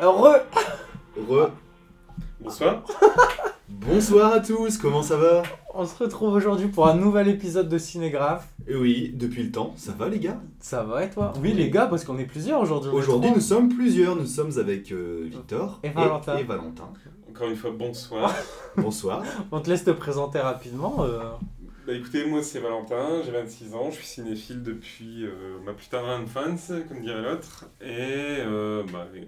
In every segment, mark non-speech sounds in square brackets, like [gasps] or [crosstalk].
Heureux Re. Bonsoir. Bonsoir à tous, comment ça va On se retrouve aujourd'hui pour un nouvel épisode de Cinégraphe. Eh oui, depuis le temps, ça va les gars Ça va et toi Oui les gars, parce qu'on est plusieurs aujourd'hui. on est Aujourd'hui trois. nous sommes plusieurs, nous sommes avec euh, Victor Et Valentin. et [laughs] Valentin. Encore une fois, bonsoir. Bonsoir. on te laisse te présenter rapidement. euh, Bah écoutez, moi c'est Valentin, j'ai 26 ans, je suis cinéphile depuis euh, ma plus tard enfance, comme dirait l'autre. Et euh, bah, euh,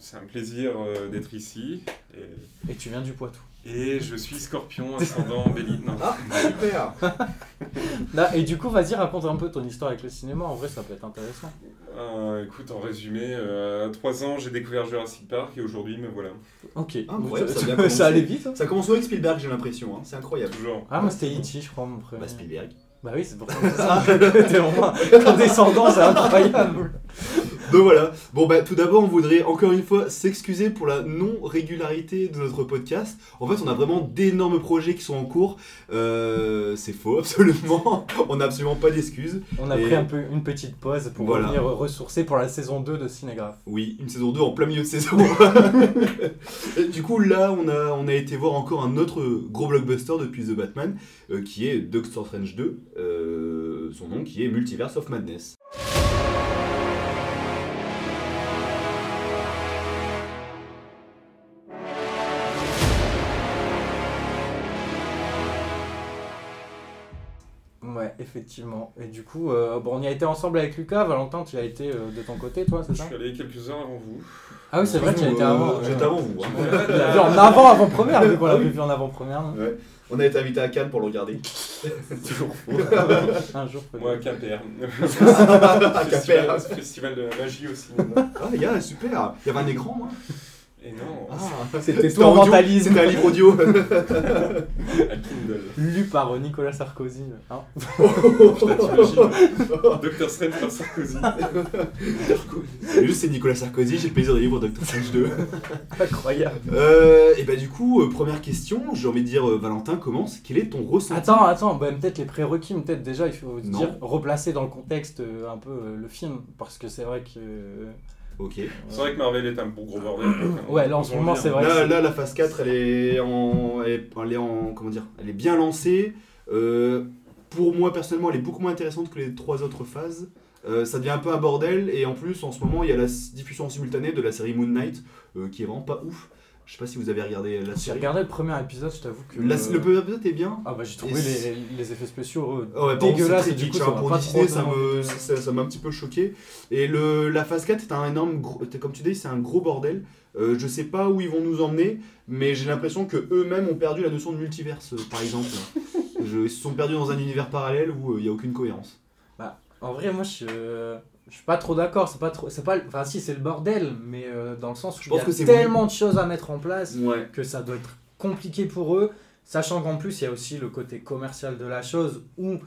c'est un plaisir euh, d'être ici. Et, Et tu viens du Poitou. et je suis scorpion, [laughs] ascendant, bélier. Non. Ah, super Là, et du coup, vas-y, raconte un peu ton histoire avec le cinéma. En vrai, ça peut être intéressant. Euh, écoute, en résumé, euh, à 3 ans j'ai découvert Jurassic Park et aujourd'hui me voilà. Ok. Incroyable, Ah, ça a [laughs] bien ça, commencé. allait vite. hein. Ça commence avec Spielberg j'ai l'impression, hein. c'est incroyable. Toujours. Ah, moi c'était E.T., je crois, mon premier. Bah Spielberg. [laughs] Bah oui, c'est pour ça que c'est ça. [laughs] T'es vraiment condescendant, c'est [laughs] incroyable. Donc voilà, bon bah tout d'abord on voudrait encore une fois s'excuser pour la non-régularité de notre podcast. En fait on a vraiment d'énormes projets qui sont en cours, Euh, c'est faux [laughs] absolument, on n'a absolument pas d'excuses. On a Et- pris un peu une petite pause pour Voilà. revenir ressourcer pour la saison 2 de Cinégraphe. Oui, une saison 2 en plein milieu de [laughs] saison. Et du coup, là, on a, on a été voir encore un autre gros blockbuster depuis The Batman, euh, qui est Doctor Strange 2, euh, son nom qui est Multiverse of Madness. Ouais, effectivement. Et du coup, euh, bon, on y a été ensemble avec Lucas. Valentin, tu as été euh, de ton côté, toi, c'est Je ça suis allé quelques heures avant vous. Ah oui, c'est vrai, tu as été avant. Euh, ouais. J'étais avant Ah vous. hein. On l'a vu en avant, avant-première, vu qu'on l'avait vu en avant-première. non On a été invité à Cannes pour [laughs] le regarder. Toujours faux. Un jour, peut-être. Moi à [laughs] Quimper. À festival, Quimper. festival de la magie au cinéma. Ah, les gars, super Il y avait un écran, moi. Et non, Ah. C'était Ah, C'était toi en audio, mentalisme. C'était un livre [laughs] audio. à Kindle. Lu par euh, Nicolas Sarkozy. hein. Putain, t'imagines [laughs] Docteur Strange par Sarkozy. Salut, c'est Nicolas Sarkozy, j'ai le plaisir de lire Doctor Strange 2. Incroyable. Euh, et bah du coup, euh, première question, j'ai envie de dire, euh, Valentin commence, quel est ton ressenti Attends, attends, bah, peut-être les prérequis, peut-être déjà, il faut Non. dire, replacer dans le contexte euh, un peu euh, le film, parce que c'est vrai que. euh, Ok. C'est vrai que Marvel est un bon gros bordel. Ouais, là, en ce moment, c'est vrai. Là, que là, la phase 4, elle est en, elle est, elle est en, comment dire, elle est bien lancée. Euh, pour moi, personnellement, elle est beaucoup moins intéressante que les trois autres phases. Euh, ça devient un peu un bordel, et en plus, en ce moment, il y a la s- diffusion simultanée de la série Moon Knight, euh, qui est vraiment pas ouf. Je sais pas si vous avez regardé la J'ai série. regardé le premier épisode, je t'avoue que. La- euh, le premier épisode est bien. Ah bah j'ai trouvé Et c'est- les, les effets spéciaux. euh, Ouais, par contre, dégueulasse, c'est et très du kitsch, coup, hein, ça pour m'a pas Disney, trop ça me- donné envie de- ça ça m'a un petit peu choqué. Et le, la phase 4 est un énorme, gros- comme tu dis, c'est un gros bordel. Euh, je sais pas où ils vont nous emmener, mais j'ai l'impression que eux-mêmes ont perdu la notion de multiverse, euh, par [laughs] exemple. Je- ils se sont perdus dans un univers parallèle où euh, il y a aucune cohérence. En vrai, moi je. Je suis pas trop d'accord, c'est pas trop. C'est pas... Enfin, si, c'est le bordel, mais euh, dans le sens où Je pense il y a que c'est tellement de choses à mettre en place Ouais. que ça doit être compliqué pour eux, sachant qu'en plus il y a aussi le côté commercial de la chose où Ah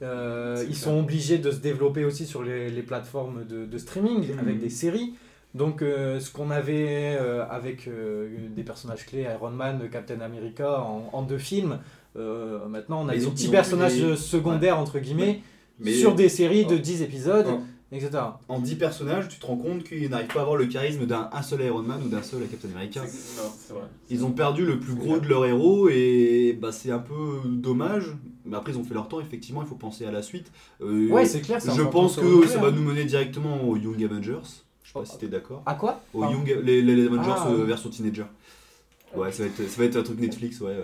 bah, euh, C'est ils clair. sont obligés de se développer aussi sur les, les plateformes de, de streaming Mhm. avec des séries. Donc euh, ce qu'on avait euh, avec euh, des personnages clés, Iron Man, Captain America en, en deux films, euh, maintenant on a Mais ils des ont- ils petits ont personnages des- secondaires entre guillemets Mais Ah. sur des séries de Ouais. 10 épisodes, Ouais. etc. en 10 personnages, tu te rends compte qu'ils n'arrivent pas à avoir le charisme d'un un seul Iron Man ou d'un seul Captain America. Non, c'est vrai. Ils ont perdu le plus gros de leur héros et bah, c'est un peu dommage. Mais après, ils ont fait leur temps, effectivement, il faut penser à la suite. Euh, Ouais, c'est clair. c'est Je important pense de se que renouveler, ça va hein. nous mener directement aux Young Avengers. Je sais pas Oh. si t'es d'accord. À quoi Aux Pardon. Young, les, les- les Avengers Ah, euh, oui. version teenager. Ouais, ça va, être, ça va être un truc Netflix, ouais. ouais, ouais.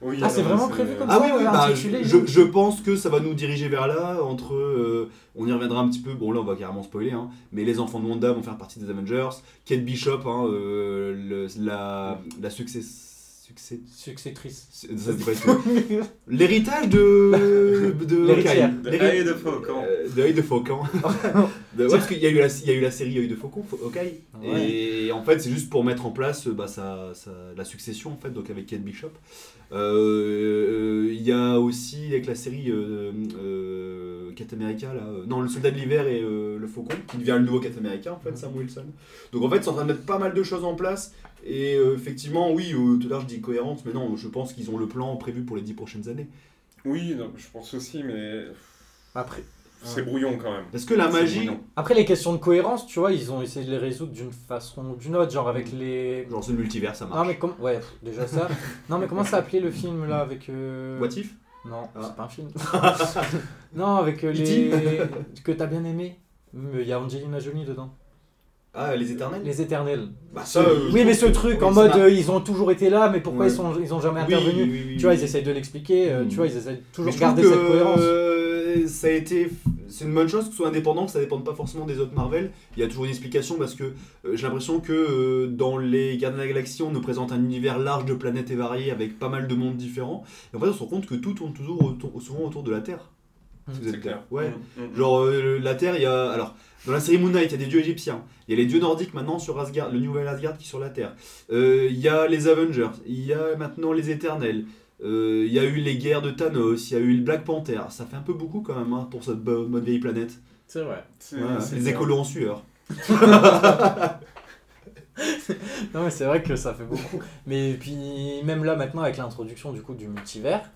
Oui, Ah, c'est non, vraiment prévu comme Ah ça, oui, ouais, oui, bah, intitulé je, Young. je pense que ça va nous diriger vers là, entre... euh, on y reviendra un petit peu, bon là on va carrément spoiler, hein, mais les enfants de Wanda vont faire partie des Avengers, Kate Bishop, hein, euh, le- la, la succès... succès Successrice. [laughs] ça se dit pas du tout. [laughs] L'héritage de... de L'héritière. Hawkeye. De L'héri- Eye of Falcon. Euh, de Œil de Faucon. De- ouais, parce qu'il y, a eu la- il y a eu la série Œil de Faucon, Fa- Hawkeye. Ouais. Et en fait, c'est juste pour mettre en place euh, bah, sa- sa- la succession, en fait, donc avec Kate Bishop. Euh, euh, Il y a aussi, avec la série euh, euh, Cat America, là, euh, non, le soldat de l'hiver et euh, le Faucon, qui devient le nouveau Cat America, en fait, Sam Wilson. Donc en fait, c'est en train de mettre pas mal de choses en place. Et euh, effectivement, oui, euh, tout à l'heure je dis cohérence, mais non, je pense qu'ils ont le plan prévu pour les 10 prochaines années. Oui, non, je pense aussi, mais. Après, c'est brouillon quand même. Parce que la C'est magie, brouillon. Après, les questions de cohérence, tu vois, ils ont essayé de les résoudre d'une façon ou d'une autre, genre avec les. genre ce multivers, ça Non, Ah, marche. mais comment. Ouais, pff, déjà [laughs] ça. non, mais comment s'appelait le film là avec. euh, What if Non, Ah. c'est pas un film. [laughs] [laughs] non, avec euh, les. que t'as bien aimé. Mais Il y a Angelina Jolie dedans. Ah, les éternels Les Éternels. Bah ça, euh, Oui, mais ce truc en oui, mode ça- euh, ils ont toujours été là, mais pourquoi Ouais. ils, sont, ils ont jamais oui, intervenu oui, oui, oui, Tu vois, oui. ils essayent de l'expliquer, euh, Mm. tu vois, ils essayent de Mais toujours je garder trouve cette que, cohérence. euh, ça a été, c'est une bonne chose que ce soit indépendant, que ça dépende pas forcément des autres Marvel. Il y a toujours une explication parce que euh, j'ai l'impression que euh, dans les Gardiens de la Galaxie, on nous présente un univers large de planètes et variées avec pas mal de mondes différents. Et en fait, on se rend compte que tout tourne toujours autour, souvent autour de la Terre. Mm, Si vous êtes Mmh. C'est clair. Ouais. Mm, mm. Genre euh, le- la Terre, il y a alors dans la série Moon Knight, il y a des dieux égyptiens, il y a les dieux nordiques maintenant sur Asgard, le nouvel Asgard qui est sur la Terre. Euh, Il y a les Avengers, il y a maintenant les Éternels. Euh, Il y a eu les guerres de Thanos, il y a eu le Black Panther. Ça fait un peu beaucoup quand même hein, pour cette bo- bonne vieille planète. C'est vrai. C'est- Voilà, c'est les clair. écolos en sueur. Non, mais c'est vrai que ça fait beaucoup. mais puis, même là, maintenant, avec l'introduction du coup du multivers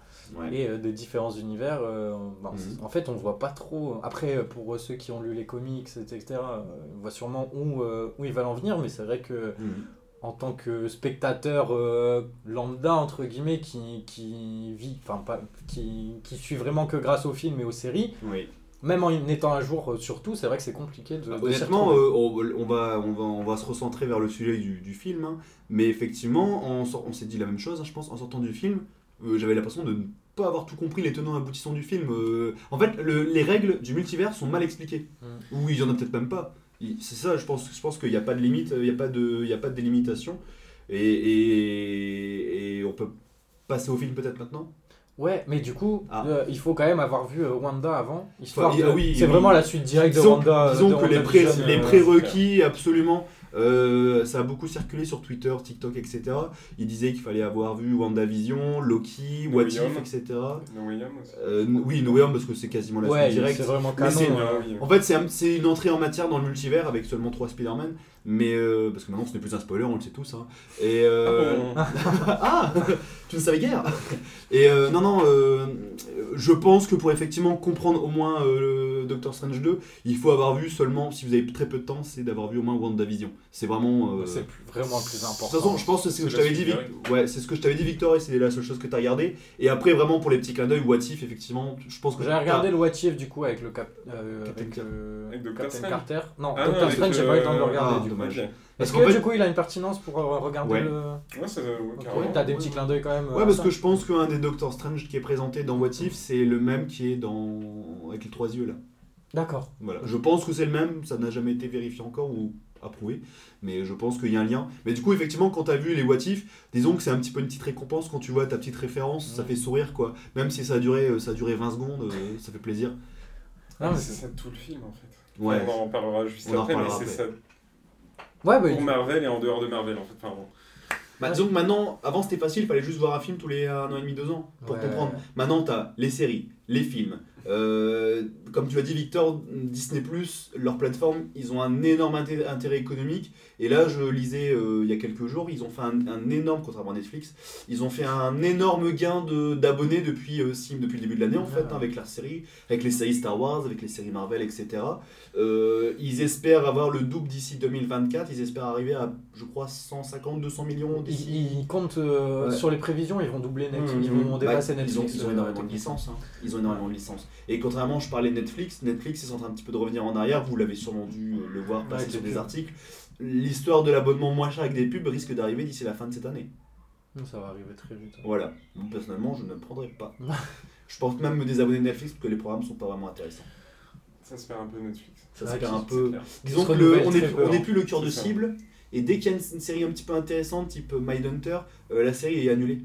et euh, de différents univers, euh, bon, Mhm. c'est- en fait, on voit pas trop. Après, euh, pour euh, ceux qui ont lu les comics, etc., euh, on voit sûrement où, euh, où ils veulent en venir, mais c'est vrai que. Mhm. en tant que spectateur euh, lambda entre guillemets qui, qui vit enfin pas qui, qui suit vraiment que grâce aux films et aux séries Oui. même en étant à jour euh, sur tout c'est vrai que c'est compliqué de, de s'y Honnêtement, retrouver. euh, on, on va, on, va, on va se recentrer vers le sujet du, du film, hein. mais effectivement, on, sort- on s'est dit la même chose, hein, je pense, en sortant du film, euh, j'avais l'impression de ne pas avoir tout compris les tenants et aboutissants du film. euh. en fait, le- les règles du multivers sont mal expliquées, ou il y en a peut-être même pas. Il- C'est ça, je pense, je pense qu'il n'y a pas de limite, euh, il n'y a, pas de- il n'y a pas de délimitation, et, et, et on peut passer au film peut-être maintenant ouais mais du coup Ah. euh, il faut quand même avoir vu euh, Wanda avant histoire Enfin, de- ah oui, c'est oui. vraiment la suite directe de Disons- Wanda Disons de que les, WandaVision, pré- euh, les ouais, prérequis, absolument, euh, ça a beaucoup circulé sur Twitter, TikTok, etc. Il disait qu'il fallait avoir vu WandaVision, Loki, No What Way If, Home. etc. Le William aussi. Euh, n- oui, No Way Home, parce que c'est quasiment la ouais, suite directe. c'est vraiment Mais c'est- canon Ah euh, oui, En fait, c'est un- c'est une entrée en matière dans le multivers avec seulement 3 Spider-Man, mais euh, parce que maintenant ce n'est plus un spoiler, on le sait tous. hein. Et euh, Euh, ah [laughs] Tu ne savais guère Et euh, non, non, euh, je pense que pour effectivement comprendre au moins euh, Doctor Strange 2, il faut avoir vu seulement, si vous avez très peu de temps, c'est d'avoir vu au moins WandaVision. C'est vraiment. euh, c'est plus- vraiment le plus important de toute façon, je pense que c'est ce que je C'est la t'avais dit, suite Vic- ouais, c'est ce que je t'avais dit, Victor, et c'est la seule chose que tu as regardé. Et après, vraiment pour les petits clins d'œil, What If, effectivement, je pense que J'avais regardé le What If du coup avec le cap, euh, Captain avec, Car- euh, Avec Dr. Captain Strange. Carter. Non, Ah non, Doctor avec, Strange, j'ai pas eu le temps de le euh, regarder. ah, du coup. dommage. ok. Parce Est-ce qu'en que fait- du coup il a une pertinence pour euh, regarder Ouais. le. Ouais, ça, euh, ouais, Ok, carrément. T'as des petits clins d'œil quand même. euh, Ouais, parce que je pense qu'un des Doctor Strange qui est présenté dans What If, c'est le même qui est dans. avec les trois yeux là. D'accord. Voilà. Je pense que c'est le même, ça n'a jamais été vérifié encore ou approuvé, mais je pense qu'il y a un lien. Mais du coup, effectivement, quand t'as vu les What If, disons que c'est un petit peu une petite récompense quand tu vois ta petite référence, ça Mm. fait sourire quoi. Même si ça a duré, euh, ça a duré 20 secondes, euh, ça fait plaisir. Non, Ouais, mais Ah, C'est ça tout le film en fait. Ouais. On en parlera juste On en après, mais reparlera c'est ça Ouais, bah, pour Marvel et en dehors de Marvel en fait. Enfin, bon. Bah, disons que maintenant, avant c'était facile, fallait juste voir un film tous les 1 an et demi, 2 ans pour Ouais. comprendre. Maintenant, t'as les séries, les films. euh, comme tu as dit, Victor, Disney, leur plateforme, ils ont un énorme inté- intérêt économique. Et là, je lisais euh, il y a quelques jours, ils ont fait un, un énorme, contrairement à Netflix, ils ont fait un énorme gain de- d'abonnés depuis, euh, si- depuis le début de l'année, en Ouais. fait, hein, avec leurs séries, avec les séries Star Wars, avec les séries Marvel, etc. Euh, ils espèrent avoir le double d'ici 2024. Ils espèrent arriver à, je crois, 150, 200 millions d'ici. Ils, ils comptent euh, Ouais. sur les prévisions, ils vont doubler Netflix, Mmh, ils mmh. vont Bah, dépasser ils ont- Netflix. Ils ont, euh, énormément en de termes licences. hein. Ils ont énormément de licences. Et contrairement, je parlais de Netflix. Netflix, ils sont en train un petit peu de revenir en arrière. Vous l'avez sûrement dû euh, le voir passer Ouais, sur c'est des sûr. articles. L'histoire de l'abonnement moins cher avec des pubs risque d'arriver d'ici la fin de cette année. de- Ça va arriver très vite. hein. Voilà. Personnellement, je ne prendrai [laughs] pas. je pense même me désabonner de Netflix parce que les programmes sont pas vraiment intéressants. Ça se perd un peu Netflix. Ça Ouais, se perd qui- un peu. C'est clair. Disons se que le- renouvelle on est- très peu, on n'est hein. plus le cœur de C'est ça. cible. Et dès qu'il y a une, une série un petit peu intéressante, type Mindhunter, euh, la série est annulée.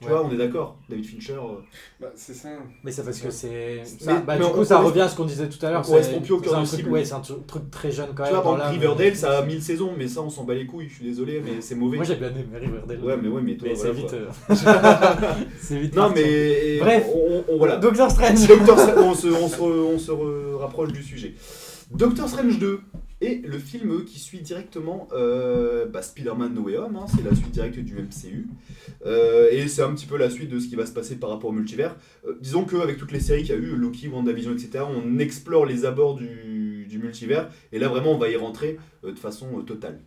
Tu Ouais. vois, on est d'accord. David Fincher. euh, Bah, c'est ça. Mais c'est parce que c'est. Mais- ça- bah, mais du on- coup, ça on- revient à ce qu'on disait tout à l'heure. on c'est- correspond plus au cœur c'est un du truc- cible. Ouais, c'est un tru- truc très jeune quand même. Tu vois, dans par exemple, l'âme. Riverdale, ça a 1000 saisons, mais ça, on s'en bat les couilles. Je suis désolé, mais c'est mauvais. Moi j'ai bien aimé Riverdale. Ouais, mais ouais, mais toi, Mais c'est voilà, vite. quoi. [laughs] euh, C'est vite. [laughs] Non, parti. mais. Bref. On, on- voilà. Doctor [laughs] Strange. Doctor Strange- on se, on se, on se re- rapproche du sujet. Doctor Strange 2. Et le film euh, qui suit directement euh, bah, Spider-Man No Way Home, hein, c'est la suite directe du MCU. Euh, et c'est un petit peu la suite de ce qui va se passer par rapport au multivers. Euh, disons qu'avec toutes les séries qu'il y a eu, Loki, WandaVision, etc., on explore les abords du, du multivers. Et là, vraiment, on va y rentrer euh, de façon euh, totale.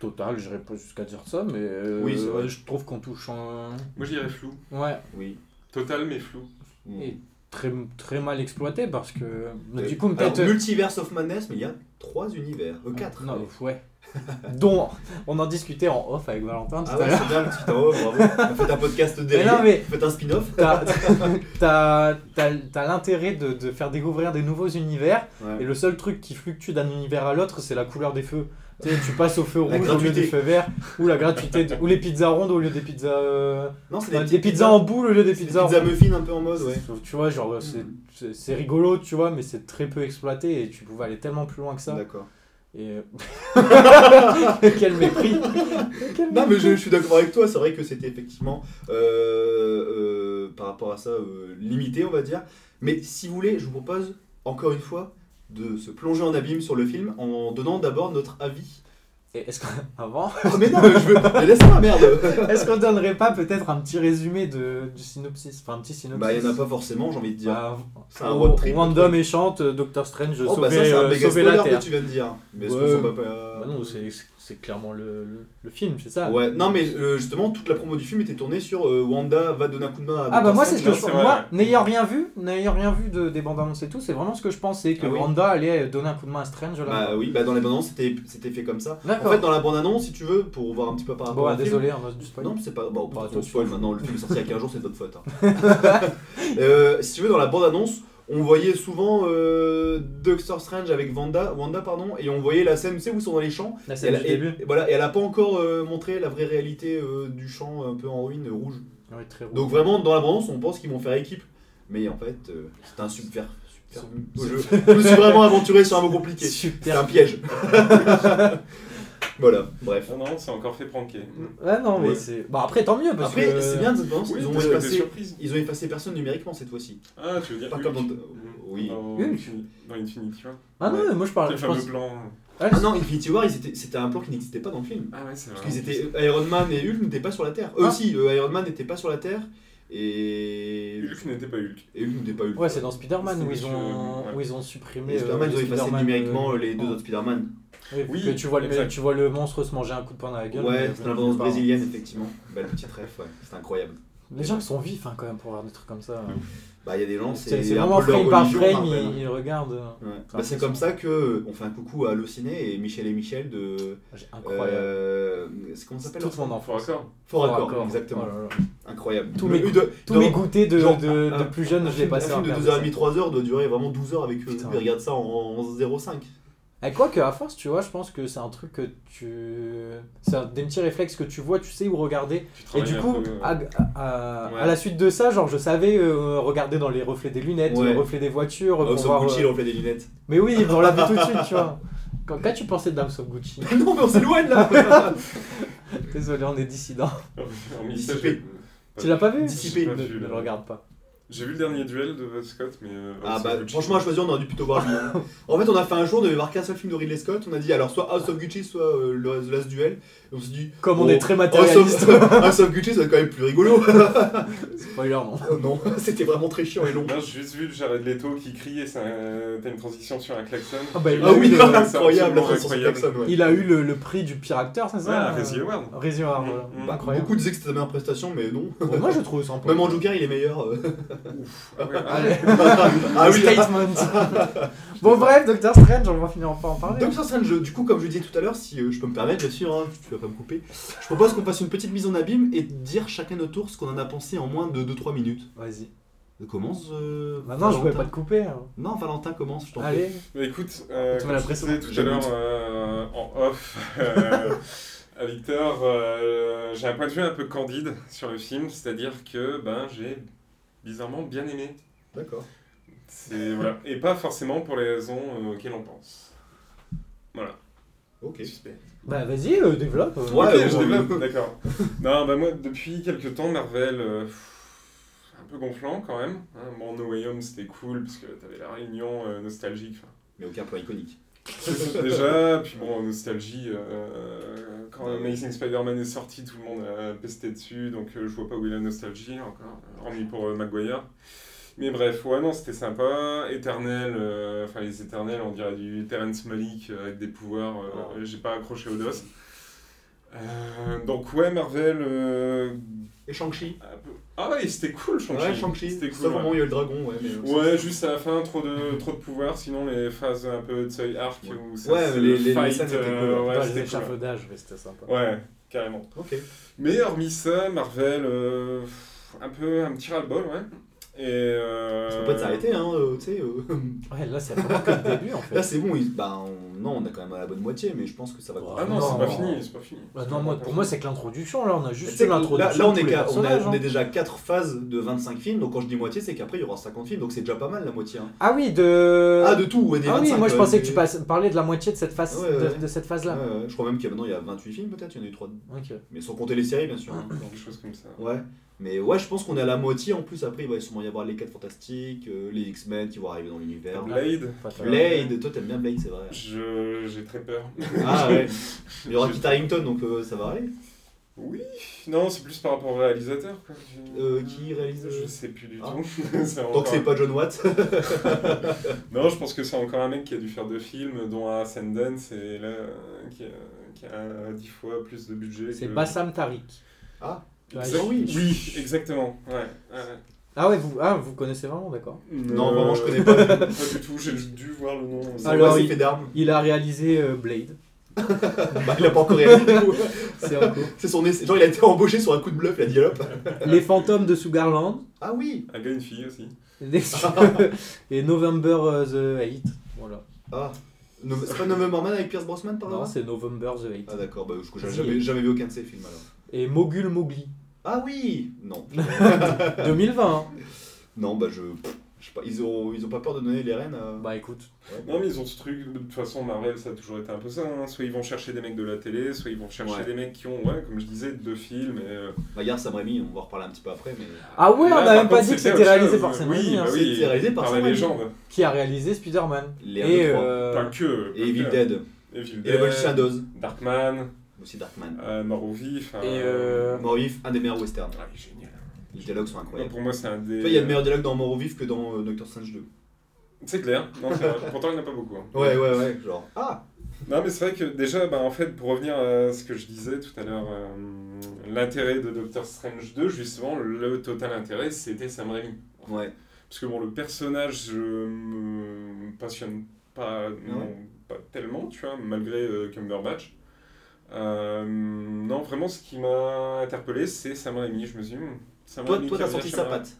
Total, j'irais pas jusqu'à dire ça, mais euh, Oui, c'est vrai. je trouve qu'on touche un. Moi j'irais flou. Ouais, Oui. Total mais flou. Mm. et très, très mal exploité parce que. Mais Euh, du coup, alors, peut-être. Ah, Multiverse of Madness, mais il y a trois univers. Euh, quatre. Non, ouf, ouais. [laughs] Dont on en discutait en off avec Valentin tout Ah à ouais, l'heure. c'est bien le petit en haut, bravo. Faites un podcast derrière. non, mais- Faites un spin-off. T'as- [laughs] T'as t'as- t'as l'intérêt de, de faire découvrir des nouveaux univers, Ouais. et le seul truc qui fluctue d'un univers à l'autre, c'est la couleur des feux. Tu, sais, tu passes au feu La rouge au lieu gratuité. du feu vert, ou la gratuité, de- ou les pizzas rondes au lieu des pizzas. euh, Non, c'est euh, des, des pizzas en boule au lieu des des pizzas pizzas rondes. muffins un peu en mode, ouais. Mm. Sauf, Tu vois, genre, c'est- c'est c'est rigolo, tu vois, mais c'est très peu exploité, et tu pouvais aller tellement plus loin que ça. D'accord. Et. euh, [laughs] Quel mépris! Quel Non, mais mépris. je, je suis d'accord avec toi, c'est vrai que c'était effectivement, euh, euh, par rapport à ça, euh, limité, on va dire. Mais si vous voulez, je vous propose, encore une fois, de se plonger en abîme sur le film en donnant d'abord notre [laughs] avis. Et Est-ce qu'avant, Ah, mais non, mais je veux. mais laisse-moi, merde [laughs] est-ce qu'on donnerait pas peut-être un petit résumé de, du synopsis? Enfin, un petit synopsis. Bah, il n'y en a pas forcément, j'ai envie de dire. Bah, c'est un road trip. Random et chante euh, Doctor Strange Oh, bah, sauver, ça, c'est un euh, méga sauver la spoiler Terre. que tu viens de dire. Mais est-ce Ouais. qu'on s'en va pas. Bah non, c'est c'est clairement le, le, le film, c'est ça Ouais, non, mais euh, justement, toute la promo du film était tournée sur euh, Wanda va donner un coup de main à Ah bah Doctor moi c'est Strange. ce que non, je c'est moi vrai. n'ayant rien vu n'ayant rien vu de, des bandes annonces et tout c'est vraiment ce que je pensais que Ah oui. Wanda allait donner un coup de main à Strange là. Bah oui, bah dans les bandes annonces, c'était c'était fait comme ça. En D'accord. fait, dans la bande-annonce, si tu veux, pour voir un petit peu par rapport bon à ah, la désolé on a du spoil. Non, mais c'est pas. Bon, Bah, bah, toi, on tu spoil t'en maintenant, le film est sorti il y a 15 jours, c'est de votre faute. hein. [laughs] Euh, si tu veux, dans la bande-annonce, on voyait souvent euh, Doctor Strange avec Wanda, Wanda pardon, et on voyait la scène, tu sais, où ils sont dans les champs. Là et c'est elle, le et- début. et voilà, et elle a pas encore euh, montré la vraie réalité euh, du champ un peu en ruine, euh, rouge. Ouais, Ah très Donc vraiment, dans la bande-annonce, on pense qu'ils vont faire équipe. Mais en fait, euh, c'est un subvers. subvers- Sub- [laughs] Je, je me suis vraiment aventuré sur un mot compliqué. C'est super. un piège. [laughs] voilà, bref. Ah, Non non, c'est encore fait pranker. Ah non mais Ouais. c'est bah après tant mieux parce Après, que c'est bien de cette bande-annonce, Oui, ils, ont parce que t'es effacé, surprise. ils ont effacé personne numériquement cette fois-ci. Ah, tu veux dire Pas Hulk. comme dans- oui. Dans, Hulk. Infini- dans Infinity War. Ah non Ouais. mais moi je parle le je fameux pense plan. Ah, Ah non, Infinity War, ils étaient- c'était un plan qui n'existait pas dans le film. Ah ouais, c'est vrai. Parce qu'ils étaient Iron Man et Hulk n'étaient pas sur la Terre. Eux Ah. si, euh, Iron Man n'était pas sur la Terre et, Hulk n'était pas Hulk. et Hulk n'était pas Hulk. Ouais, c'est dans Spider-Man C'est où ils sur- ont ouais. où ils ont supprimé Et Spider-Man, euh, ils ont effacé Spider-Man, numériquement euh, euh, les deux autres Spider-Man. Oui, Oui, que tu vois, le, exact. tu vois le monstre se manger un coup de poing dans la gueule. Ouais, mais- c'était la bande brésilienne, effectivement. Belle petite ref, ouais, c'est incroyable. Les gens ils sont vifs hein, quand même pour voir des trucs comme ça. Bah, il y a des gens, c'est C'est c'est un vraiment peu leur frame par religion, frame, Marvel. ils, ils regardent. Ouais. Bah, c'est comme ça que euh, on fait un coucou à Allociné et Michel et Michel de. J'ai- Incroyable. euh, c'est comment ça C'est s'appelle Toute mon Faut enfance. raccord. Fort Fort Accord, Accord. exactement. Oh là là. Incroyable. Tous Le- mes- eu de- Tous de- mes goûters de, genre, de, un- de plus jeune, un je l'ai film- passé Un à film de regarder 2h30, 3h doit durer vraiment 12 heures avec eux. Putain. Ils regardent ça en, en 0,5. ça. Et quoi que à force, tu vois, je pense que c'est un truc que tu. C'est un- des petits réflexes que tu vois, tu sais où regarder. Tu Et travailles du un coup, ah, peu, euh, à, [laughs] à- à- Ouais. à la suite de ça, genre, je savais euh, regarder dans les reflets des lunettes, Ouais. le reflet des voitures. pour House voir, of Ah, Gucci, euh, on fait des lunettes. [laughs] Mais oui, on l'a vu tout de suite, tu vois. Quand, qu'as-tu pensé de House of [laughs] Gucci Bah non, mais on [laughs] s'éloigne là Désolé, on est dissident. en mixte, Dissipé. j'ai- Tu l'as pas vu Dissipé. J'ai pas Ne vu, ne là. le regarde pas. J'ai vu le dernier duel de Scott, mais. euh, Ah c'est bah, Gucci. franchement, à choisir, on aurait dû plutôt voir lui. hein. En fait, on a fait un jour, on devait voir qu'un seul film de Ridley Scott. On a dit alors soit House of Gucci, soit euh, le- The Last Duel. Et on s'est dit. Comme on bon, est très House matérialiste. of, [laughs] House of Gucci, ça va être quand même plus rigolo. Spoiler, non. non, [laughs] c'était vraiment très chiant et long. Là, j'ai juste vu le Jared Leto qui crie et ça, t'as une transition sur un klaxon. Ah bah, Ah oui, il C'est a eu [laughs] incroyable, la absolument façon incroyable. Ah, Jackson, ouais. Il a eu le, le prix du pire acteur, c'est Ouais, ça euh, un Razzie Award. Razzie Award, voilà. Mm, mm. Bah, Incroyable. Beaucoup disaient que c'était sa meilleure prestation, mais non. Bon, moi, je trouve ça un peu- Même en Joker, il est meilleur. euh. Ah ouais, ah Allez, ouais. ah oui, statement. bon, bref, Doctor Strange, on va finir par en parler. Doctor Strange, je- du coup, comme je disais tout à l'heure, si euh, je peux me permettre, bien sûr, hein, tu vas pas me couper, je propose qu'on fasse une petite mise en abîme et dire chacun notre tour ce qu'on en a pensé en moins de 2-3 minutes. Vas-y. Commence. euh, Maintenant, Bah je Valentin. pouvais pas te couper. hein. Non, Valentin, commence, je t'en prie. Allez. Bah, écoute, euh, Tu comme mets la je pression. disais tout à l'heure euh, en off euh, à Victor, euh, j'ai un point de vue un peu candide sur le film, c'est-à-dire que ben, j'ai bizarrement bien aimé. D'accord. [laughs] C'est- voilà. Et pas forcément pour les raisons euh, auxquelles on pense. Voilà. Ok. Suspect. Bah, vas-y, euh, développe. euh. Ouais, Ok, ouais, je ouais. développe, d'accord. Non, bah moi, depuis quelques temps, Marvel, euh, pff, un peu gonflant quand même. hein. Bon, No Way Home, c'était cool, parce que t'avais la réunion euh, nostalgique. enfin, Mais aucun plan iconique. Déjà, puis bon, nostalgie, euh, quand Amazing Spider-Man est sorti, tout le monde a pesté dessus, donc euh, je vois pas où est la nostalgie encore, hormis pour euh, Maguire. Mais bref, ouais, non, c'était sympa. Éternel, euh, enfin les éternels, on dirait du Terrence Malick euh, avec des pouvoirs, euh, Ah. j'ai pas accroché au dos. Euh, donc ouais, Marvel, euh, Et Shang-Chi. un peu- ah ouais, c'était cool Shang-Chi. Ouais, Shang-Chi. C'était cool. Sauf au ouais. moment où il y a eu le dragon, ouais. mais, euh, Ouais, juste à la fin, trop de, trop de pouvoir, sinon les phases un peu de seuil arc Ouais. où ça Ouais, se les- les- les fight, scènes étaient cool, euh, Dans ouais, bah, les c'était cool. échafaudages, mais c'était sympa. Ouais, carrément. Ok. Mais hormis ça, Marvel, euh, pff, un peu un petit ras-le-bol, ouais. Et, euh, Ça peut être s'arrêter, hein, euh, tu sais. euh, Ouais, là, [laughs] c'est vraiment que le début en fait. Là, c'est bon, il- bah, on- non, on a quand même à la bonne moitié, mais je pense que ça va. Ouais. Ah non, c'est pas fini, c'est pas fini. Bah, non, moi, pour moi, c'est que l'introduction, là, on a Mais tu juste fait sais que là, l'introduction. là, on, de est tous les qu'à- on, a- personnages, on est hein. déjà 4 phases de 25 films, donc quand je dis moitié, c'est qu'après il y aura 50 films, donc c'est déjà pas mal la moitié. hein. Ah oui, de. ah, de tout, ouais, des Ah 25. oui, moi je ouais, pensais des- que tu passes- parlais de la moitié de cette phase, Ouais, ouais. de, de cette phase Ouais, là. ouais, je crois même qu'il y a maintenant il y a 28 films peut-être, il y en a eu 3. Ok. Mais sans compter les séries, bien sûr. hein. Quelque chose comme ça. Ouais. Mais ouais, je pense qu'on est à la moitié en plus. Après, il va sûrement y avoir les 4 fantastiques, euh, les X-Men qui vont arriver dans l'univers. Blade, Enfin, ça va. Blade, toi t'aimes bien Blade, c'est vrai. je- j'ai très peur. Ah ouais. Il y aura Kit Harington, donc euh, ça va aller. Oui, non, c'est plus par rapport au réalisateur. Quoi. J'ai- Euh, qui réalise Je sais plus du Ah. tout. [laughs] C'est Donc encore- c'est pas John Watt. [laughs] Non, je pense que c'est encore un mec qui a dû faire deux films, dont un Ascendance, et là, euh, qui a, qui a 10 fois plus de budget. C'est que- Bassam Tariq. Ah. Tu vois, Exact- je- oui. Oui, exactement. Ouais. ouais. Ah ouais, vous, ah, vous connaissez vraiment, d'accord. Non, vraiment, je Euh, connais pas. [laughs] Pas du tout, j'ai dû voir le nom. Alors, Alors, il il- fait d'armes. Il a réalisé euh, Blade. Bah, il a pas encore réalisé du coup. C'est en [laughs] cours. C'est son essai. Genre, il a été embauché sur un coup de bluff, il a dit hop. Les fantômes de Sugarland. Ah oui Un gars, une fille aussi. [laughs] et November euh, the 8. Voilà. Ah. No- C'est pas November Man avec Pierce Brosnan par Non, là c'est November the 8. Oh. Ah d'accord, bah, du coup, j'ai Si. jamais, jamais vu aucun de ces films alors. Et Mogul Mowgli. Ah oui Non. 2020. hein. Non, bah je. pff, Je sais pas, ils ont, ils ont pas peur de donner les rênes euh, à. Bah écoute. Non, mais ils ont ce truc, de toute façon, Marvel, ça a toujours été un peu ça. hein. Soit ils vont chercher des mecs de la télé, soit ils vont chercher Ouais. des mecs qui ont, ouais, comme je disais, deux films. Et, euh, Bah, regarde Sam Raimi, on va en reparler un petit peu après, mais. Ah ouais, là, on par a même pas contre, dit que autre c'était réalisé chose. par Sam Oui, Raimi, hein. bah oui, C'était réalisé par par Sam la Raimi. légende. Qui a réalisé Spider-Man. Les Et, Rênes 3. Pas euh, que. Et Evil Dead. Evil Et Evolution Dead. 12. Darkman, Aussi Darkman. euh, Mort au vif. et euh, euh, Mort vif, un des meilleurs westerns. Ah, il est génial. Les dialogues sont Non, incroyables. pour moi, c'est un des. Tu vois, il y a de meilleurs dialogues dans Mort au vif que dans euh, Doctor Strange 2. C'est clair. Non, c'est vrai. Pourtant, il n'y en a pas beaucoup. hein. Ouais, ouais, ouais. Genre, ah Non, mais c'est vrai que déjà, bah, en fait, pour revenir à ce que je disais tout à l'heure, euh, l'intérêt de Doctor Strange 2, justement, le total intérêt, c'était Sam Raimi. Ouais. Parce que bon, le personnage, je me passionne pas, non, Ah ouais pas tellement, tu vois, malgré euh, Cumberbatch. Euh, non, vraiment, ce qui m'a interpellé, c'est Sam Raimi. Je me suis dit, hmm, Sam Toi, Raimi toi qui t'as revient sorti chez sa moi. patte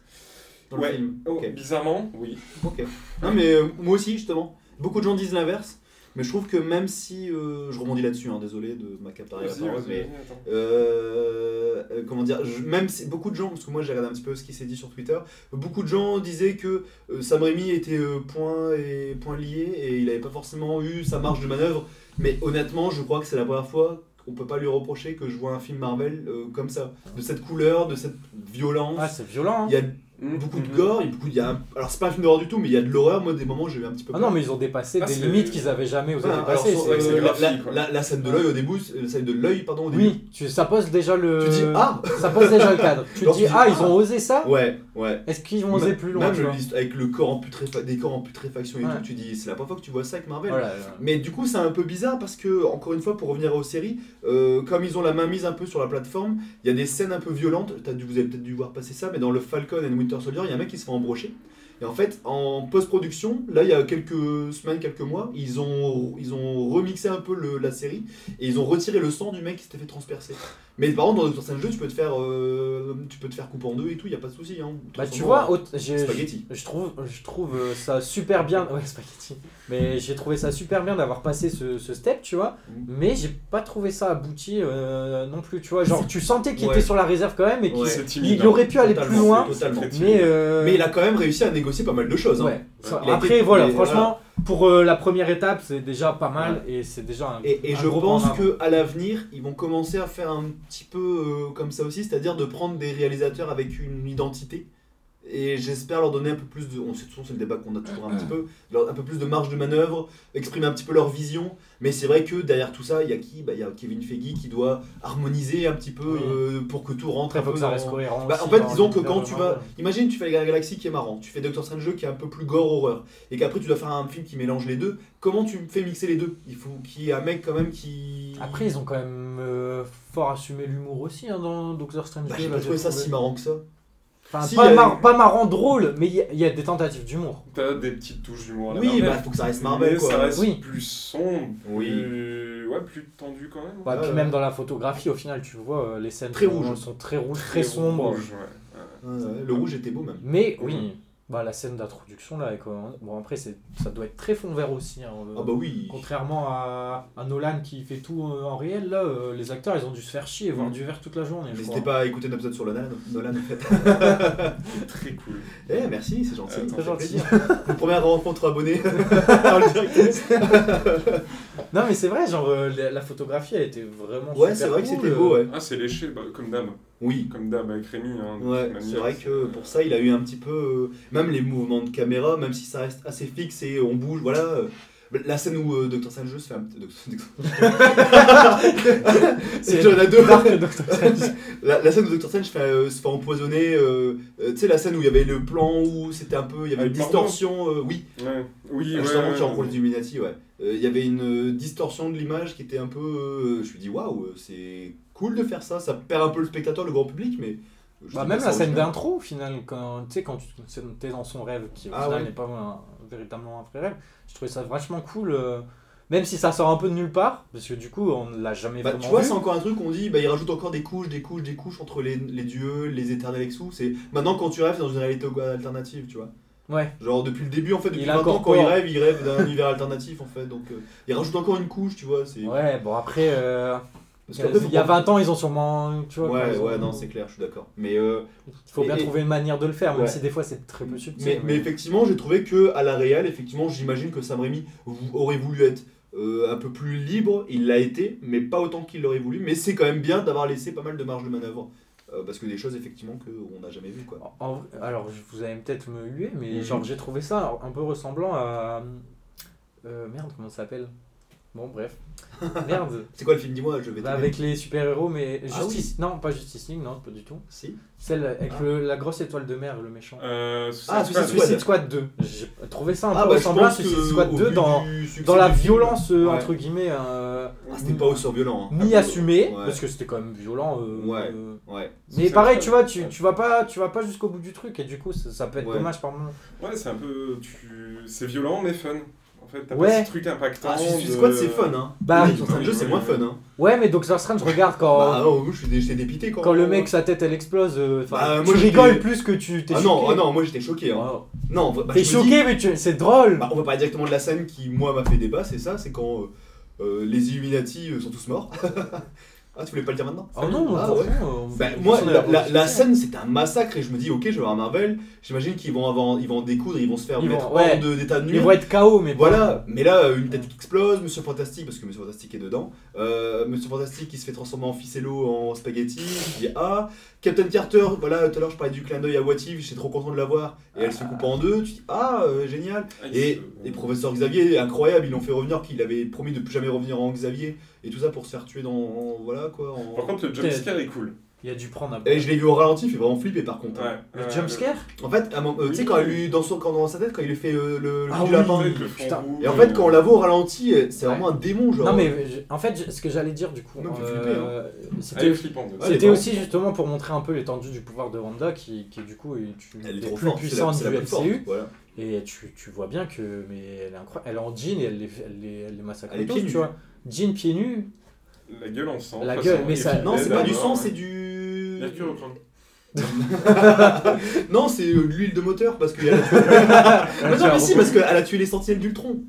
dans Ouais. le film. Oh, Ok. Bizarrement, oui. Ok. Non, mais euh, moi aussi, justement. Beaucoup de gens disent l'inverse, mais je trouve que même si. euh, je rebondis là-dessus, hein, désolé de m'accaparer la Vas-y, parole, vas-y, mais. vas-y, attends. euh, euh, comment dire je- Même si beaucoup de gens, parce que moi j'ai regardé un petit peu ce qui s'est dit sur Twitter, beaucoup de gens disaient que euh, Sam Raimi était euh, point, et, point lié et il n'avait pas forcément eu sa marge de manœuvre, mais honnêtement, je crois que c'est la première fois qu'on peut pas lui reprocher que je vois un film Marvel euh, comme ça, de cette couleur, de cette violence. ah, c'est violent. hein. Il y a Mhm, beaucoup de mhm. gore, il y a beaucoup- il y a un- alors c'est pas un film d'horreur du tout, mais il y a de l'horreur. Moi, des moments, j'ai eu un petit peu. Ah peur. non, mais ils ont dépassé Ah, des c'est- limites qu'ils avaient jamais osé Voilà, alors, dépasser. sur- c'est- euh, c'est la, graphique, la- ouais. la- la scène de l'œil au début, c'est- euh, la scène de l'œil, pardon, au début. oui, Euh. tu, ça pose déjà le. Tu dis, ah Ça pose déjà le cadre. Tu te Genre, dis tu dis, ah, ah. ils ont osé ça. Ouais, ouais. Est-ce qu'ils vont oser Ma- plus loin Même tu vois l'histoire- avec le corps en putréfa- des corps en putréfaction et Ouais. tout, tu dis, c'est la première fois que tu vois ça avec Marvel. Voilà, là. Mais du coup, c'est un peu bizarre parce que, encore une fois, pour revenir aux séries, euh, comme ils ont la main mise un peu sur la plateforme, il y a des scènes un peu violentes. T'as dû- vous avez peut-être dû voir passer ça, mais dans le Falcon and Winter Soldier, il y a un mec qui se fait embrocher. Et en fait, en post-production, là, il y a quelques semaines, quelques mois, ils ont, ils ont remixé un peu le- la série et ils ont retiré le sang du mec qui s'était fait transpercer. Mais par contre, dans Doctor Strange 2, tu peux te faire, euh, tu peux te faire couper en deux et tout, il n'y a pas de souci. Hein, Bah tu Transformer vois, en autre- j'ai- spaghetti. je trouve, je trouve euh, ça super bien. [laughs] Ouais, spaghetti. Mais j'ai trouvé ça super bien d'avoir passé ce, ce step, tu vois. Mm. Mais j'ai pas trouvé ça abouti euh, non plus, tu vois. Genre, tu sentais qu'il Ouais. était sur la réserve quand même et qu'il Ouais. C'est timide, il hein. aurait pu aller plus Totalement, loin. totalement. C'est très timide. Mais, euh, Mais il a quand même réussi à négocier pas mal de choses. hein. ouais. Ça- Il a Après, été- voilà, mais franchement, pour euh, la première étape, c'est déjà pas mal et c'est déjà un. Et, et Ah, un je gros point pense en avant. que à l'avenir, ils vont commencer à faire un petit peu euh, comme ça aussi, c'est-à-dire de prendre des réalisateurs avec une identité Et j'espère leur donner un peu plus de. On sait de toute façon, c'est le débat qu'on a toujours un petit peu. leur- un peu plus de marge de manœuvre, exprimer un petit peu leur vision. Mais c'est vrai que derrière tout ça, il y a qui Bah, Il y a Kevin Feige qui doit harmoniser un petit peu Oui. euh, pour que tout rentre Après, un faut peu que ça dans- reste cohérent. bah, aussi en fait, dans disons que l'univers quand de tu Marvel. vas. Imagine, tu fais la Galaxie qui est marrant, tu fais Doctor Strange qui est un peu plus gore horreur, et qu'après tu dois faire un film qui mélange les deux. Comment tu fais mixer les deux Il faut qu'il y ait un mec quand même qui. Après, ils ont quand même euh, fort assumé l'humour aussi hein, dans Doctor Strange Bah, 2, j'ai là, pas trouvé ça trouvé. si marrant que ça. Enfin, Si, pas, il y a mar- pas marrant, drôle, mais il y a- il y, a des tentatives d'humour. hein. T'as des petites touches d'humour à la Oui, Marvel, bah faut que ça reste mais Marvel ça quoi. reste Oui. plus sombre, Oui. plus... Ouais, plus tendu quand même. Ouais, Ouais, Bah, puis ouais. même dans la photographie, au final, tu vois, euh, les scènes Très sont, rouge. sont très rouges, très, sombres. rouge, ouais. Ouais, Ah, ouais, le rouge était beau même. Mais Mhm. oui, bah, la scène d'introduction, là, avec, euh, bon après, c'est- ça doit être très fond vert aussi. hein, euh, Ah bah oui. Contrairement à, à Nolan qui fait tout euh, en réel, là, euh, les acteurs, ils ont dû se faire chier, voir Mhm. du vert toute la journée. je N'hésitez crois. Mm. pas à écouter notre épisode sur Nolan, Nolan en fait. [laughs] Très cool. Eh merci, c'est gentil. Euh, ça très fait gentil. plaisir. Nos premières [laughs] rencontres [laughs] abonnées dans le direct. Non, mais c'est vrai, genre, euh, la, la photographie a été vraiment. Ouais, super c'est vrai que cool, c'était euh, beau ouais. Ah, c'est léché, bah, comme d'hab. Oui. Comme d'hab avec Rémi. Hein, de Ouais, toute manière. c'est vrai que pour ça, il a eu un petit peu. euh, même les mouvements de caméra, même si ça reste assez fixe et on bouge, voilà. euh, la scène où euh, Dr. Strange se fait un petit. C'est [laughs] C'est J'en ai deux. Dark Doctor Strange. La, la scène où Dr. Strange fait, euh, se fait empoisonner. euh, euh, tu sais, la scène où il y avait le plan où c'était un peu. Il y avait Ah, une le Mormon. distorsion. euh, oui, Ouais. Oui, ouais. Ah, justement, ouais, qui rencontre ouais. Illuminati, ouais. Euh, Il y avait une euh, distorsion de l'image qui était un peu. euh, je me suis dit, waouh, c'est cool de faire ça. Ça perd un peu le spectateur, le grand public, mais. euh, je Bah, trouve même ça hein. la scène original. d'intro, au final, quand tu sais, quand tu quand t'es dans son rêve, qui au Ah final ouais. n'est pas un- véritablement un vrai rêve, je trouvais ça vachement cool. euh, même si ça sort un peu de nulle part, parce que du coup, on ne l'a jamais Bah, vraiment tu vois, vu. c'est encore un truc qu'on dit, bah, ils rajoutent encore des couches, des couches, des couches entre les, les dieux, les éternels et sous. C'est maintenant quand tu rêves, c'est dans une réalité alternative, tu vois. Ouais. Genre depuis le début, en fait, depuis Il 20 ans, quand incorpore. ils rêvent, ils rêvent d'un [laughs] univers alternatif, en fait. Donc euh, ils rajoutent encore une couche, tu vois. C'est... Ouais, bon, après, euh, Parce qu'après, faut il y a prendre- 20 ans, ils ont sûrement. Tu vois, Ouais, ils ont- ouais, non, c'est clair, je suis d'accord. Mais, euh, Il faut bien Et- trouver une manière de le faire, même Ouais. si des fois c'est très peu subtil. mais, mais effectivement, j'ai trouvé que à la réelle, effectivement, j'imagine que Sam Raimi vou- aurait voulu être euh, un peu plus libre. Il l'a été, mais pas autant qu'il l'aurait voulu. Mais c'est quand même bien d'avoir laissé pas mal de marge de manœuvre. Euh, parce que des choses, effectivement, qu'on n'a jamais vues, quoi. En- en- alors, je- vous allez peut-être me huer, mais Mhm. genre j'ai trouvé ça un peu ressemblant à. euh, merde, comment ça s'appelle Bon, [laughs] bref. Merde. C'est quoi le film Dis-moi, je vais Bah, t'aider. avec les super-héros, mais. Ah Justice. Non, pas Justice League, non, pas du tout. Si. Celle avec Ah. le- la grosse étoile de mer, le méchant. Euh, Suicide Ah, Suicide Squad. Squad. Ah, bah, Suicide Squad 2. J'ai trouvé ça un peu ressemblant à Suicide que Squad au 2 vu dans, du succès dans la du film- violence, euh, Ouais. entre guillemets, euh, Ah, c'était pas aussi violent. hein. ni assumée, Ouais. parce que c'était quand même violent. euh, Ouais. euh, Ouais. Mais pareil, tu vois, tu, tu vas pas, tu vas pas jusqu'au bout du truc et du coup, ça, ça peut être Ouais. dommage par moment. Ouais, c'est un peu. Tu... C'est violent mais fun. En fait, t'as Ouais. pas ce truc impactant. Ah, Suicide de- Squad, c'est fun, hein. Bah, Bah, oui. sur un jeu, c'est moins fun, hein. Ouais, mais Doctor Strange, regarde quand, Bah, ah, oh, je suis dé- j'étais dépité quand. quand le mec, sa tête, elle explose. euh, enfin, oh. Bah, tu moi, j'étais- rigoles plus que tu t'es Ah choqué. non, ah non, moi j'étais choqué. Hein. Oh. Non, bah, T'es je me dis- choqué, mais tu... c'est drôle. bah, on va parler directement de la scène qui, moi, m'a fait débat, c'est ça, c'est quand euh, euh, les Illuminati euh, sont tous morts. [laughs] ah, tu voulais pas le dire maintenant oh non, Ah, on s'en ouais. fout, on- Bah, on moi, s'en la, est- la- la scène, c'était un massacre et je me dis, ok, je vais voir Marvel. J'imagine qu'ils vont, avoir- ils vont en découdre, ils vont se faire Ils mettre vont- ouais. hors de- d'état de Ils nuit. vont être KO, mais Voilà, mais là, euh, une tête qui explose, Monsieur Fantastique, parce que Monsieur Fantastique est dedans, euh, Monsieur Fantastique qui se fait transformer en ficello en spaghetti, je dis ah, Captain Carter, voilà, tout à l'heure je parlais du clin d'œil à What If, j'étais trop content de la voir, et elle se coupe en deux, tu dis ah, euh, génial. Ah, il Et, se- et professeur Xavier, incroyable, ils l'ont fait revenir, qu'il avait promis de plus jamais revenir en Xavier, et tout ça pour se faire tuer dans. en- voilà quoi. en- Par contre, le jumpscare est cool. il y a dû prendre un Et je l'ai vu au ralenti, il fait vraiment flipper par contre. Ouais. Le Euh, jumpscare En fait, à un moment- euh, tu sais, quand, elle lui- dans son- quand dans sa tête, quand il lui fait euh, le, le Ah coup du oui, lapin. oui. le fond Putain. rouge, Et en fait, euh, quand on la voit au ralenti, euh, c'est vraiment un démon, genre. Non, mais je- en fait, je- ce que j'allais dire du coup, Non, hein. mais euh, Elle est c'était flippante. Ouais, C'était les aussi justement pour montrer un peu l'étendue du pouvoir de Wanda, qui, qui du coup est une Elle est des trop plus forte, c'est la, puissantes c'est du la plus forte. MCU. Voilà. Et tu, tu vois bien que mais elle est incroyable. Elle est en jean et elle les, elle les, elle les massacre Elle est tous, pieds nus. tu vois. Jean pieds nus. [laughs] La gueule en sang. La de gueule, façon, mais et ça- puis Non, Mais c'est d'abord, pas du sang, ouais. c'est du. Mercure Ah, au crâne. [laughs] Non, c'est euh, de l'huile de moteur parce qu'elle a [laughs] tué. [laughs] mais non, mais si, parce qu'elle a tué les sentinelles d'Ultron.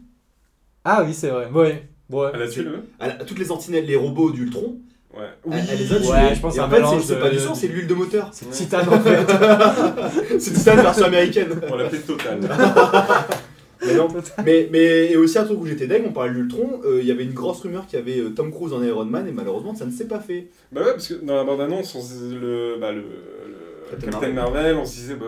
Ah oui, c'est vrai. Ouais. Ouais. Elle a tué C'est- le. Elle a- Toutes les sentinelles, les robots d'Ultron, Ah, Ouais. elle- Oui. elle les a tués. Ouais, je pense Et à en un fait, mélange c'est- c'est de- pas du sang, c'est de l'huile [laughs] de moteur. C'est Ouais. Titan en fait. [laughs] C'est ça la version [laughs] américaine. On [laughs] l'appelait Total. Mais non. Mais, mais et aussi un truc où j'étais deg, on parlait d'Ultron, euh, il y avait une grosse rumeur qu'il y avait euh, Tom Cruise en Iron Man et malheureusement ça ne s'est pas fait. Bah ouais, parce que dans la bande-annonce, on se disait le, bah le, le Captain Captain Marvel. on se disait, bah,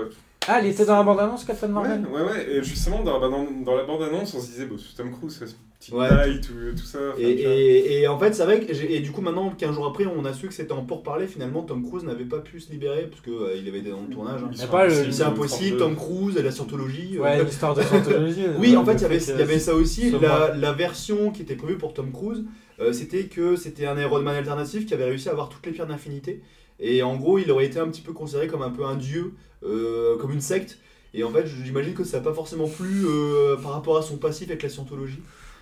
Ah, elle était dans la bande-annonce, Captain Ouais, Marvel ouais, ouais. Et justement, dans, bah, dans, dans la bande-annonce, on se disait, bon, c'est Tom Cruise, cette petite Ouais. taille, tout, tout ça. Ah, enfin, Et, tu vois. et- et en fait, c'est vrai que j'ai- et du coup maintenant 15 jours après, on a su que c'était en pourparlers. Finalement, Tom Cruise n'avait pas pu se libérer parce que euh, il avait été dans le tournage. hein. Mais pas le- C'est impossible, Tom 32. Cruise et la scientologie. euh, Ouais, l'histoire de Scientologie. euh, Oui, en fait, le il y avait, que il y avait ça aussi. ce La, mois. la version qui était prévue pour Tom Cruise, euh, c'était que c'était un Iron Man alternatif qui avait réussi à avoir toutes les pierres d'infinité. Et en gros, il aurait été un petit peu considéré comme un peu un dieu, euh, comme une secte. Et en fait, j'imagine que ça n'a pas forcément plu euh, par rapport à son passif avec la scientologie.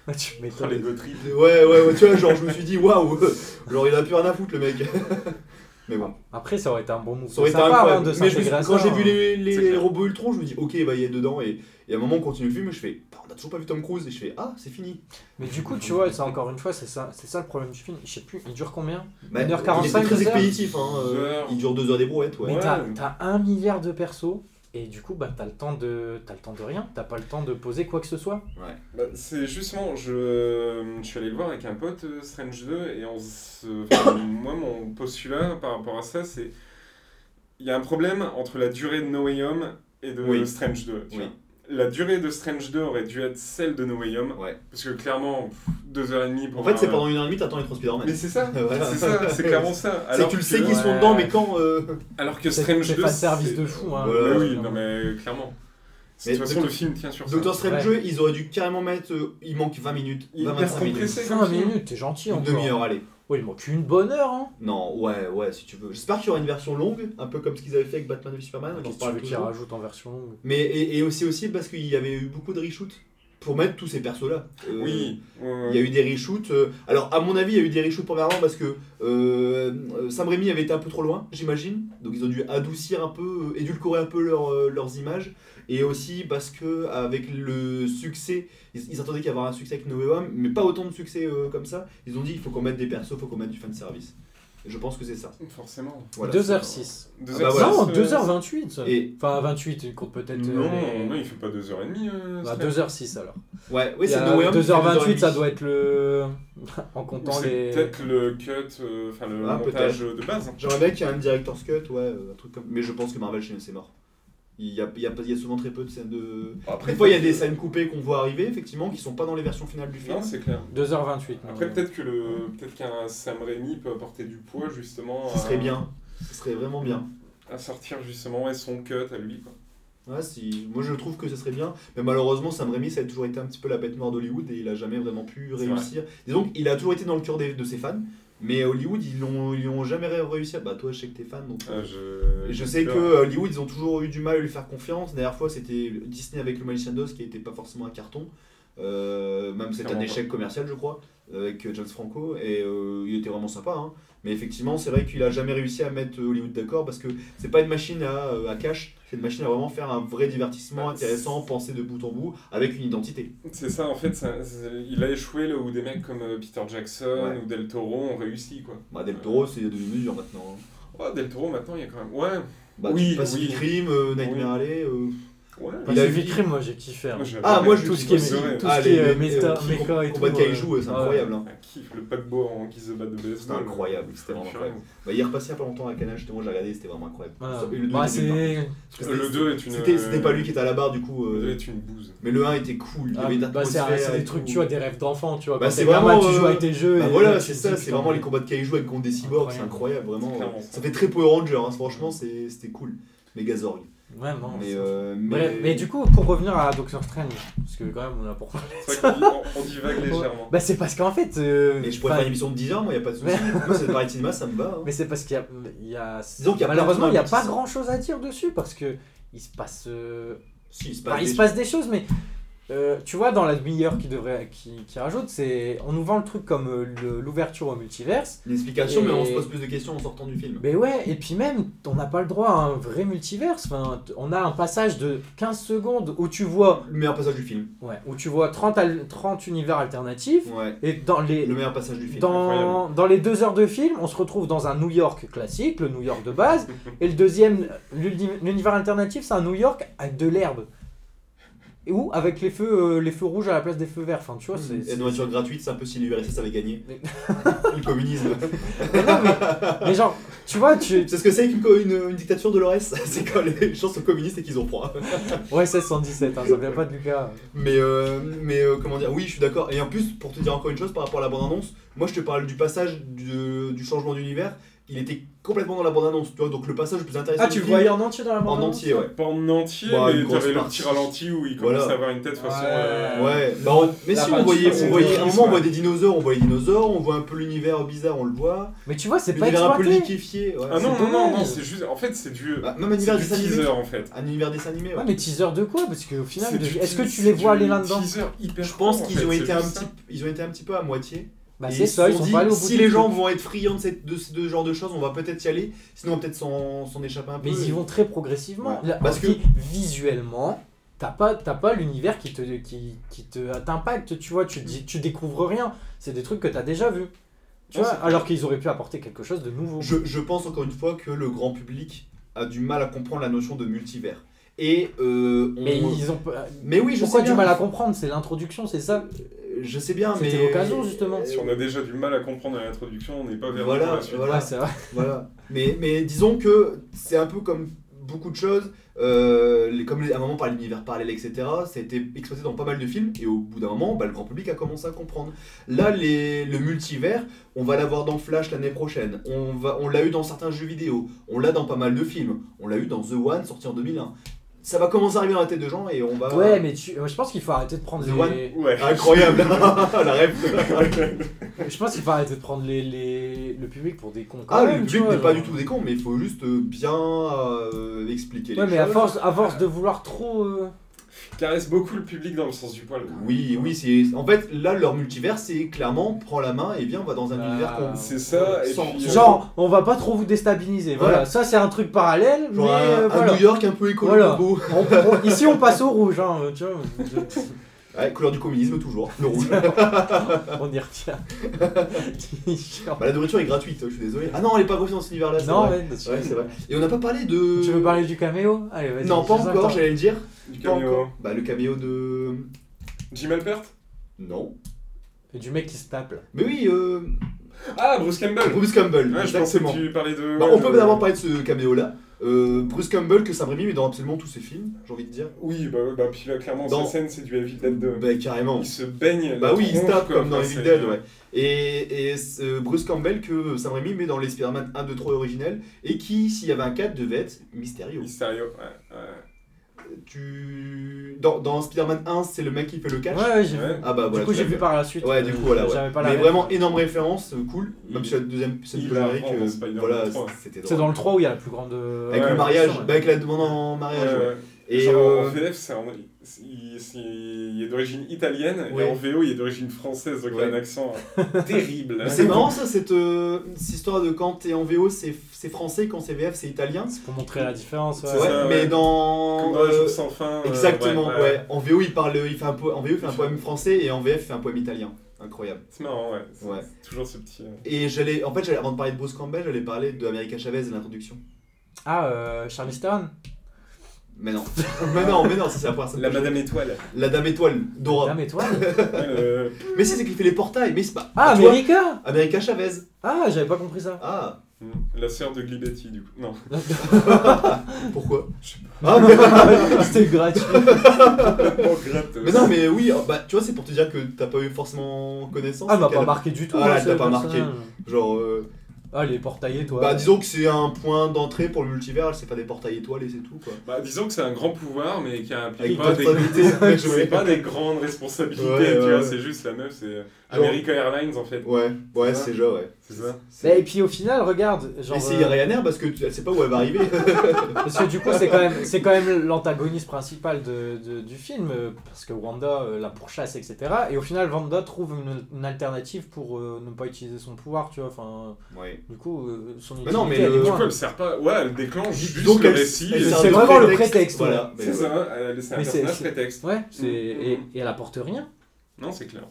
Ah, [laughs] tu Oh, m'étonnes. les Gottfried. Ouais, ouais, ouais, tu vois, genre, je me suis dit, waouh, [laughs] genre, il a plus rien à foutre, le mec. [laughs] Mais bon, Après, ça aurait été un bon move. ça aurait été Sympa, hein, incroyable. de Mais je me suis- s'intégrer à quand ça, j'ai vu hein. les, C'est les clair. robots Ultron, je me dis, ok, bah, il est dedans. Et, et à un moment, on continue le film, et je fais, Bah, on a toujours pas vu Tom Cruise. Et je fais, ah, c'est fini. Mais du coup, tu vois, c'est encore une fois, c'est ça, c'est ça le problème du film. Je sais plus, il dure combien Bah, 1h45, il est très deux heures. expéditif. Hein, euh, Deux il dure 2 heures des brouettes. Ouais. Mais Ouais. t'as t'as un milliard de persos. Et du coup, bah, t'as le temps de, t'as le temps de rien. T'as pas le temps de poser quoi que ce soit. Bah, c'est justement, je, je suis allé le voir avec un pote, euh, Strange 2, et on se, enfin, [coughs] moi, mon postulat par rapport à ça, c'est. Il y a un problème entre la durée de No Way Home et de Oui. Strange 2. tu Oui. vois. La durée de Strange 2 aurait dû être celle de No Way Home, Ouais. parce que clairement, pff, deux heures et demie pour. En fait, c'est un- pendant une heure et demie, t'attends les trois Spider-Man. [laughs] Mais [laughs] c'est ça, Voilà. c'est ça, c'est clairement ça. C'est que tu le sais qu'ils sont Ouais. dedans, mais quand. euh, alors que C'est- Strange c'est 2. pas de service c'est- de fou. Hein, Voilà. Mais Euh, oui, non mais clairement. De Mais toute façon, Doctor- le film tient sur ça. Doctor Strange, ils auraient dû carrément mettre. euh, il manque 20 minutes. Il est 20, hyper 25 minutes. compressé. 20 minutes, t'es gentil hein. Une encore. demi-heure, allez. Oui, il manque une bonne heure. Hein. Non, ouais, ouais, si tu veux. J'espère qu'il y aura une version longue, un peu comme ce qu'ils avaient fait avec Batman v Superman. Ah, on en Qu'est-ce que tu parle veux tout qu'il le temps. rajoute en version longue Mais et, et aussi aussi parce qu'il y avait eu beaucoup de reshoots pour mettre tous ces Euh, persos là. Oui. Il y a eu des reshoots. euh, alors, à mon avis, il y a eu des reshoots premièrement parce que euh, euh, Sam Raimi avait été un peu trop loin, j'imagine. Donc, ils ont dû adoucir un peu, euh, édulcorer un peu leur, euh, leurs images. Et aussi parce que, avec le succès, ils, ils attendaient qu'il y avait un succès avec No Way Home, mais pas autant de succès euh, comme ça. Ils ont dit il faut qu'on mette des persos, il faut qu'on mette du fanservice. Et je pense que c'est ça. Forcément. Voilà, c'est- 2h06. Deux Ah bah heures voilà. six, non, euh, 2h28. Et Enfin, 28, il compte peut-être. euh, Non, mais- non, il fait pas 2h30. Euh, Bah, Strange. 2h06 alors. ouais, ouais Oui, c'est No Way Home. qui fait 2h28, 2h30. ça doit être le. [laughs] en Ou comptant c'est les. peut-être le cut, euh, enfin le Ah, montage de base. hein. J'aimerais bien qu'il y ait un director's cut, ouais, euh, un truc comme. Mais je pense que Marvel chez nous, c'est mort. Il y, a, il, y a, pas- il y a souvent très peu de scènes de. Après, des fois, il y a des scènes coupées qu'on voit arriver, effectivement, qui sont pas dans les versions finales du film. Non, c'est clair. 2h28. Ah, non, Après, non. peut-être que le, peut-être qu'un Sam Raimi peut apporter du poids justement. Ce serait à- bien. Ce serait vraiment bien. À sortir justement ouais, son cut à lui. Quoi. Ouais, si... Moi, je trouve que ce serait bien. Mais malheureusement, Sam Raimi, ça a toujours été un petit peu la bête noire d'Hollywood et il a jamais vraiment pu C'est réussir. Disons qu'il a toujours été dans le cœur des- de ses fans. Mais à Hollywood, ils l'ont ils ont jamais ré- réussi. à- Bah, toi, je sais que t'es fan, donc. Ah, je... Et je sais que euh, Hollywood, ils ont toujours eu du mal à lui faire confiance. La dernière fois, c'était Disney avec le Magicien d'Oz qui n'était pas forcément un carton. Euh, même c'est un Clairement échec commercial, je crois, euh, avec James Franco. Et euh, il était vraiment sympa. hein. Mais effectivement, c'est vrai qu'il a jamais réussi à mettre euh, Hollywood d'accord parce que c'est pas une machine à, euh, à cash, c'est une machine à vraiment faire un vrai divertissement Bah, intéressant, pensé de bout en bout, avec une identité. C'est ça, en fait, ça- c'est- il a échoué là où des mecs comme euh, Peter Jackson Ouais. ou Del Toro ont réussi. quoi. Bah, Del Toro, c'est de mesure maintenant. hein. Oh, Del Toro maintenant, il y a quand même. Ouais, Bah, Oui, tu passes oui. Crime, euh, Nightmare Oui. Alley. euh, ouais. Bah, il a Pacific eu- Rim, moi j'ai kiffé. hein. j'avais- Ah, moi, je tout ce qui est, j'adorais. tout Ah, ce qui est les- euh, les- méta- qui- méca et tout. combat de cailloux, euh, c'est ouais. incroyable. hein. Ah, kiff, le paquebot en guise de batte de baseball. C'était incroyable, c'était vraiment incroyable. Bah, il est repassé il y a pas longtemps à Canal, justement, j'ai regardé, c'était vraiment incroyable. Voilà. Et le deux, Bah, [laughs] il était bien. c'est Parce que c'était- Le 2 est une. euh, c'était- C'était pas lui qui était à la barre, du coup. Le euh, 2 est une bouse. Mais le 1 était cool. Il y ah, avait une bah, c'est un- atmosphère c'est et des trucs, tout. tu vois, des rêves d'enfant, tu vois. Bah, quand c'est t'es gamin, vraiment, tu joues euh, avec des jeux. Bah et voilà, tu c'est te ça, dis, c'est putain, vraiment les combats de cailloux avec contre des cyborgs, c'est incroyable, vraiment. euh, C'est clairement ça. Ça fait très Power Ranger, hein, franchement, c'est- c'était cool. Megazorg. Ouais, Ah non. Mais, c'est- euh, Bref, mais du coup, pour revenir à Doctor Strange, parce que quand même, on a [laughs] pour C'est vrai qu'on on divague légèrement. Bah, c'est parce qu'en fait. euh, Mais je pourrais enfin, faire une émission de 10 heures, moi, y a pas de soucis. Moi, c'est Paris Cinéma, ça me va. hein. Mais c'est parce qu'il y a, il y a- Disons qu'il y a plein de malheureusement il n'y a trucs pas qui sont- grand chose à dire dessus parce que il se passe euh, Si, il se enfin, passe il Bah, des- se passe des choses mais euh, tu vois dans la demi-heure qui devrait qui, qui rajoute c'est on nous vend le truc comme euh, le- l'ouverture au multiverse une explication, mais on Et- se pose plus de questions en sortant du film. mais ouais et puis même on n'a pas le droit à un vrai multiverse enfin t- on a un passage de 15 secondes où tu vois Le meilleur passage du film. ouais, où tu vois 30 al- 30 univers alternatifs Ouais. et dans les Le meilleur passage du film. dans, dans les deux heures de film, on se retrouve dans un New York classique, le New York de [laughs] base, et le deuxième, l'uni- l'univers alternatif, c'est un New York avec de l'herbe. Et ou avec les feux, euh, les feux rouges à la place des feux verts. Enfin, tu vois, c'est. Et c'est- une voiture gratuite, c'est un peu si l'URSS avait gagné. Mais- [laughs] le communisme. Mais non, mais, mais genre, tu vois, tu. C'est ce que c'est qu'une co- une, une dictature de l'ORS [laughs] C'est quand les gens sont communistes et qu'ils ont froid. Ouais, 1617, hein, ça vient pas de Lucas. Mais, euh, mais euh, comment dire, oui, je suis d'accord. Et en plus, pour te dire encore une chose par rapport à la bande-annonce, moi je te parle du passage du, du changement d'univers, il était complètement dans la bande-annonce, tu vois, donc le passage le plus intéressant. Ah, du tu le film, voyais en entier dans la en bande entier, ouais. Pas en entier, Bah, une mais grosse t'avais le partie. petit ralenti où il commence Voilà. à avoir une tête façon. Ouais. euh, Ouais, bah, on- mais la si on partie voyait, façon on voyait, à un futuriste, moment on voit ouais. des dinosaures, on voit les dinosaures, on voit un peu l'univers bizarre, on le voit, Mais tu vois, c'est pas l'univers un peu exploité. liquéfié. ouais. Ah non, C'est non, non, dommage. non, c'est juste. En fait, c'est du. Bah, même un C'est univers du dessin animé, teaser en fait. un univers dessin animé, ouais. Ouais, mais teaser de quoi Parce qu'au final, C'est de- du est-ce que tu teaser, les vois c'est aller du là-dedans teaser hyper Je pense court, en qu'ils fait, ont c'est été un juste petit, ils ont été un petit peu à moitié. Bah, Et c'est ça, se ils sont sont dit, pas allés au bout si du les truc. gens vont être friands de, cette, de ce de ce genre de choses, on va peut-être y aller. Sinon, on va peut-être s'en s'en échapper un peu. Mais ils y vont très progressivement. Ouais. Là, Parce en que- fait, visuellement, t'as pas, t'as pas l'univers qui te qui, qui te euh, t'impacte, tu vois, tu dis, tu découvres rien. C'est des trucs que t'as déjà vu. Tu Ouais, vois, c'est- alors qu'ils auraient pu apporter quelque chose de nouveau. Je, je pense encore une fois que le grand public a du mal à comprendre la notion de multivers. Et euh, on- Mais ils ont. pas- Mais oui, je Pourquoi sais du bien. mal à comprendre C'est l'introduction, c'est ça. Euh, Je sais bien, mais euh, C'était l'occasion, justement. Si on a déjà du mal à comprendre à l'introduction, on n'est pas vers Voilà, la suite. voilà. Ouais, c'est vrai. Voilà. Mais, mais disons que c'est un peu comme beaucoup de choses. euh, les- comme les- à un moment par l'univers parallèle, etc., ça a été exploité dans pas mal de films. Et au bout d'un moment, bah, le grand public a commencé à comprendre. Là, les- le multivers, on va l'avoir dans Flash l'année prochaine. On, va, on l'a eu dans certains jeux vidéo. On l'a dans pas mal de films. On l'a eu dans The One, sorti en 2001. Ça va commencer à arriver dans la tête de gens et on va. Ouais, mais tu- euh, je pense qu'il faut arrêter de prendre The les. One Ouais. Incroyable [laughs] [laughs] La rêve Je pense qu'il faut arrêter de prendre les, les- le public pour des cons. quand Ah, même, le tu public vois, n'est pas genre. du tout des cons, mais il faut juste euh, bien euh, expliquer les Ouais, mais à choses. force, à force de vouloir trop. euh, Caresse beaucoup le public dans le sens du poil. quand même. Oui, oui, c'est. En fait, là, leur multivers, c'est clairement prends la main et viens, on va dans un Ah. univers qu'on. C'est ça, et Sans- puis. euh, Genre, on va pas trop vous déstabiliser. Voilà, Voilà. ça c'est un truc parallèle, Genre mais un, euh, un voilà. New York un peu écolo Voilà. beau. On- on- ici on passe au rouge, hein, euh, tu vois, je- Ouais, couleur du communisme toujours, [laughs] le rouge. on y [laughs] revient. T-shirt. Bah, la nourriture est gratuite, je suis désolé. Ah non, elle est pas gratuite dans cet univers-là, c'est non, vrai. mais- Ouais, c'est vrai. Et on n'a pas parlé de. Tu veux parler du caméo Allez, vas-y. Non, pas je vous encore, attends. j'allais le dire. Du Pas caméo. encore. Bah, le caméo de. Jim Alpert Non. Et Du mec qui se tape. là. Mais oui, euh. Ah, Bruce Campbell Bruce Campbell, Ouais, je pensais exactement. que tu parlais de. Bah, on peut de- d'abord parler de ce caméo-là. Euh, Bruce Campbell, que Sam Raimi met dans absolument tous ses films, j'ai envie de dire. Oui, bah, ouais, bah puis là, clairement, Dans- cette scène, c'est du Evil Dead 2. Bah, carrément. Il se baigne. la Bah oui, il se tronche, tape quoi. comme dans Enfin, Evil c'est- Dead, ouais. Et, et ce Bruce Campbell que Sam Raimi met dans les Spider-Man 1, 2, 3 originels, et qui, s'il y avait un 4, devait être Mysterio. Mysterio, ouais. ouais. Tu... Dans, dans Spider-Man 1, c'est le mec qui fait le catch Ouais, ouais, j'ai vu. Ouais. Ah bah voilà. du coup, tu j'ai l'as vu fait. par la suite. euh, Ouais, du coup, voilà. ouais. J'avais pas la Mais ref. vraiment, énorme référence, euh, cool. Même Il- si la deuxième scène il post-générique, la rend dans euh, Spider-Man voilà, 3. c'était C'est drôle. dans le 3 où il y a la plus grande. euh, Avec Ouais, le mariage, ouais. bah, avec la demande en mariage. ouais. Ouais. Et Genre, euh, en VF, c'est un- il, c'est- il est d'origine italienne, Ouais. et en VO, il est d'origine française, donc il a Ouais. un accent euh, [laughs] terrible. mais c'est marrant ça, cette, euh, cette histoire de quand t'es en VO, c'est c'est français, quand c'est VF, c'est italien. C'est pour montrer la différence. C'est Ouais. Ouais, ça. mais ouais. dans. Comme dans Un euh, jour sans fin. euh, Exactement, ouais. En VO, il parle, il fait un po- en VO, il fait un poème français et en VF, il fait un poème italien. Incroyable. C'est marrant, ouais. C'est- Ouais. c'est Toujours ce petit. euh, Et j'allais, en fait, j'allais- avant de parler de Bruce Campbell, j'allais parler de America Chavez et l'introduction. Ah, euh, Charlie Stone Mais [laughs] non, mais non, mais non, ça c'est la première. La Madame Étoile. La dame étoile, Dora. Dame [laughs] étoile [laughs] Ouais, le- Mais si, c'est qu'il fait les portails, mais c'est pas. Ah, tu vois, America America Chavez. Ah, j'avais pas compris ça. [laughs] Ah, La sœur de Glibetti, du coup. [laughs] Non. pourquoi Je sais Ah, mais, [laughs] C'était gratuit. Complètement gratte. mais non, mais oui, bah tu vois, c'est pour te dire que t'as pas eu forcément connaissance. Ah, bah, elle m'a Oh, pas c'est qu'elle marqué a- du tout. Ah, elle ce t'a pas personnage. Genre, euh, Ah, les portaillés, toi. bah disons que c'est un point d'entrée pour le multivers, c'est pas des portails étoiles et c'est tout quoi. Bah, disons que c'est un grand pouvoir, mais qui Avec implique pas pas des, [laughs] [laughs] de c'est pas des grandes responsabilités, Ouais, tu ouais, vois. ouais. C'est juste la meuf, c'est America Airlines, en fait. Ouais, ouais, c'est genre, ouais. C'est ça. Bah, et puis au final, regarde. Genre, Et c'est euh, Ryanair parce que tu- elle sait pas où elle [laughs] va arriver. parce que du coup, c'est quand même, c'est quand même l'antagoniste principal de, de- du film. euh, Parce que Wanda euh, la pourchasse, etc. Et au final, Wanda trouve une, une alternative pour euh, ne pas utiliser son pouvoir, tu vois. Enfin, ouais. du coup, euh, son Mais non, utilité, mais elle est le- Du loin. coup, elle sert pas. Ouais, elle déclenche juste Donc le elle- récit. elle et- sert C'est de vraiment le prétexte, Voilà. Mais C'est ouais. ça, elle- c'est un Mais c'est- personnage c'est- prétexte. Ouais, c'est, Mhm. et, et elle apporte rien. Non, c'est clair.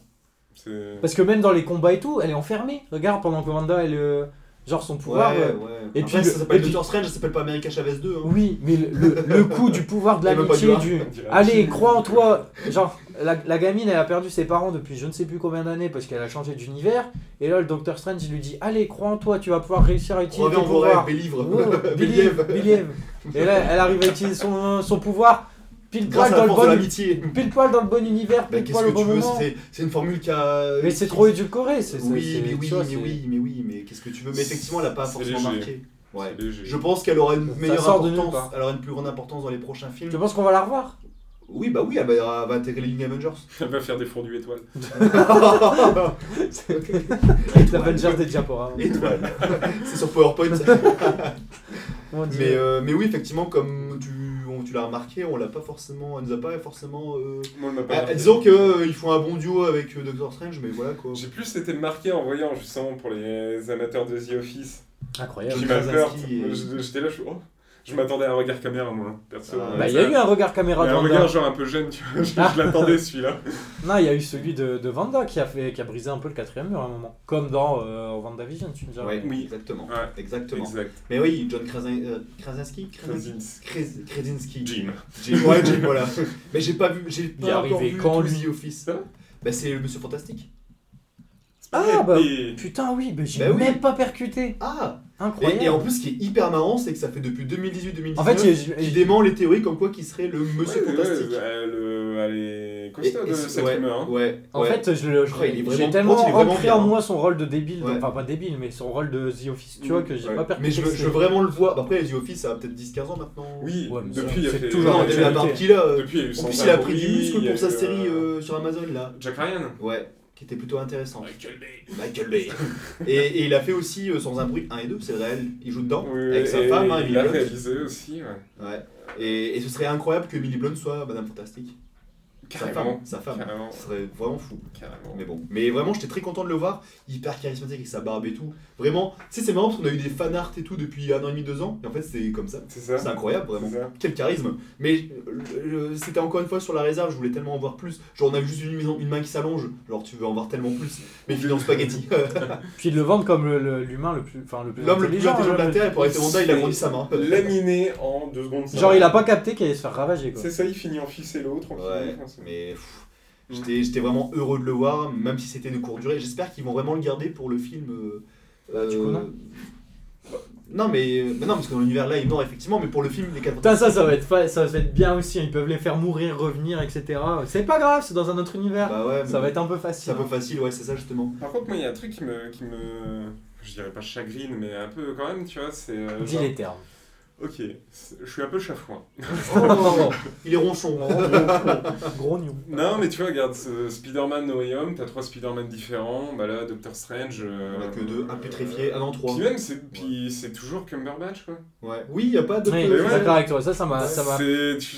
C'est- Parce que même dans les combats et tout, elle est enfermée. Regarde, pendant que Wanda, elle, euh, Genre son pouvoir. ouais, euh, ouais. et Après, puis ça le- s'appelle et puis- Doctor Strange, ça s'appelle pas America Chavez 2. hein. Oui, mais le, le, le coup du pouvoir de Et même pas l'amitié, du du. On dirait un Allez, film. crois en toi Genre, la, la gamine, elle a perdu ses parents depuis je ne sais plus combien d'années parce qu'elle a changé d'univers. Et là, le Docteur Strange, il lui dit Allez, crois en toi, tu vas pouvoir réussir à utiliser Reviens ton en vos rêves, pouvoir. Bélivre. [laughs] Oh, Bélivre. believe, believe. Et là, elle arrive à utiliser son, son pouvoir pile Grâce poil, à dans la le force de bon, l'amitié. pile poil dans le bon univers, Bah, pile qu'est-ce poil au que bon tu veux moment. c'est- C'est une formule qui a. Mais c'est trop édulcoré, c'est c'est- Oui, c'est- mais oui, tu vois, mais c'est- oui, mais oui, mais qu'est-ce que tu veux Mais effectivement, elle a pas C'est forcément léger. marqué. Ouais. C'est léger. Je pense qu'elle aura une Ça meilleure sort de nulle importance, part. elle aura une plus grande importance dans les prochains films. Tu penses qu'on va la revoir Oui, bah oui, elle va, elle va intégrer les lignes Avengers. [laughs] Elle va faire des fondus étoiles. La bonne gère des diaporamas. Étoile. C'est sur PowerPoint. On dit- mais, euh, mais oui, effectivement, comme tu, on- tu l'as remarqué, on l'a pas forcément, elle nous a pas forcément. euh, Moi, elle m'a pas ah, marqué. disons qu'ils font un bon duo avec euh, Doctor Strange, mais voilà quoi. J'ai plus été marqué en voyant justement pour les amateurs de The Office. Incroyable. John Jim Halpert. Krasinski et- Moi, je- J'étais là, je oh. Je m'attendais à un regard caméra, moi, perso. Ah, Euh, Bah, il y a eu un regard mais caméra de un Wanda. regard genre un peu jeune, tu vois. Je, je l'attendais celui-là. Non, il y a eu celui de, de Vanda qui a, fait, qui a brisé un peu le quatrième mur à un moment. Comme dans euh, WandaVision, tu me diras. Ouais, Oui. exactement. Ouais. Exactement. Exact. Mais oui, John Krasin- euh, Krasinski Krasinski Krasinski. Kres- Krasinski. Jim. Jim, ouais, Jim, voilà. Mais j'ai pas vu, j'ai Il est pas encore arrivé vu quand, tout lui The Office. Ça Bah c'est le Monsieur Fantastique. Ah, bah, Et- Putain, oui, mais j'ai Bah oui. même pas percuté. Ah Incroyable. et, et en plus, ce qui est hyper marrant, c'est que ça fait depuis 2018-2019 en fait, j'ai- qu'il j'ai- dément les théories comme quoi qui serait le Monsieur Ouais, ouais, Fantastique. ouais, euh, le- Elle est Et- costaud, et de c'est- cette ouais, humeur. hein. ouais, en ouais. fait, je le- je- Ouais, il est vraiment- j'ai tellement quand il est vraiment ancré bien, en hein. moi son rôle de débile, Ouais. enfin pas débile, mais son rôle de The Office, tu Mm, vois, que j'ai ouais. pas percuté. mais je veux, je veux vraiment le voir. Bah, après, les The Office, ça a peut-être 10-15 ans maintenant. Oui, Ouais, mais ça, depuis, il y a c'est fait- toujours Non, la il y a eu la réalité. barbe qu'il a. euh, Depuis, il y a eu En Sandra plus, il a pris du Bullock, il y muscle a pour sa eu, série euh, euh, sur Amazon là. Jack Ryan. Ouais, qui était plutôt intéressant. Michael Bay. Michael Bay. et, et il a fait aussi euh, Sans un bruit 1 et 2, c'est réel. Il joue dedans Oui, avec sa et femme, hein, il Emily l'a Blunt. réalisé aussi, ouais. Ouais. Et, et ce serait incroyable que Emily Blunt soit Madame Fantastique. Sa Carrément. femme, sa femme. Carrément. Ce serait vraiment fou. Carrément. Mais bon. Mais vraiment, j'étais très content de le voir. Hyper charismatique avec sa barbe et tout. Vraiment, tu sais, c'est marrant parce qu'on a eu des fanarts et tout depuis un an et demi, deux ans. Et en fait, c'est comme ça. C'est ça. C'est incroyable, vraiment. C'est ça. Quel charisme Mais euh, euh, c'était encore une fois sur la réserve, je voulais tellement en voir plus. Genre on a vu juste une, maison- une main qui s'allonge, genre tu veux en voir tellement plus. Mais il est en spaghetti. [laughs] Puis de le vendre comme le- le- l'humain le, plus, enfin le plus L'homme le plus intelligent de la hein. le- Terre, et pour être Wanda, il a grandi sa main. Laminé en deux secondes. Genre, il a pas capté qu'il allait se faire ravager quoi. C'est ça, il finit en ficello, tranquille. Ouais, enfin, c'est- mais pff, j'étais j'étais vraiment heureux de le voir, même si c'était de courte durée. J'espère qu'ils vont vraiment le garder pour le film. euh, Ah, du euh, coup, non. bah, non, mais, mais non, parce que dans l'univers là, il meurt effectivement, mais pour le film, les 4 Putain, ça, ça va, être fa- ça va être bien aussi. hein. Ils peuvent les faire mourir, revenir, etc. C'est pas grave, c'est dans un autre univers. Bah ouais, ça mais va être un peu c'est facile. un peu facile, ouais, c'est ça justement. Par contre, moi, il y a un truc qui me. Qui me... Je dirais pas chagrine, mais un peu quand même, tu vois, c'est. euh, Dis genre- les termes. Ok, c'est- je suis un peu chafouin. Oh, Il est ronchon. gros, gros, gros new. Non, mais tu vois, regarde, ce Spider-Man No Way Home, t'as trois Spider-Man différents, bah là, Doctor Strange. euh, On a que deux, un euh, pétrifié, ah non, trois. Puis même, c'est puis c'est toujours Cumberbatch, quoi. Ouais. Oui, y a pas euh, de. Oui, je suis ouais. d'accord avec toi. Ça, ça m'a. Bah, ça m'a- C'est- tu-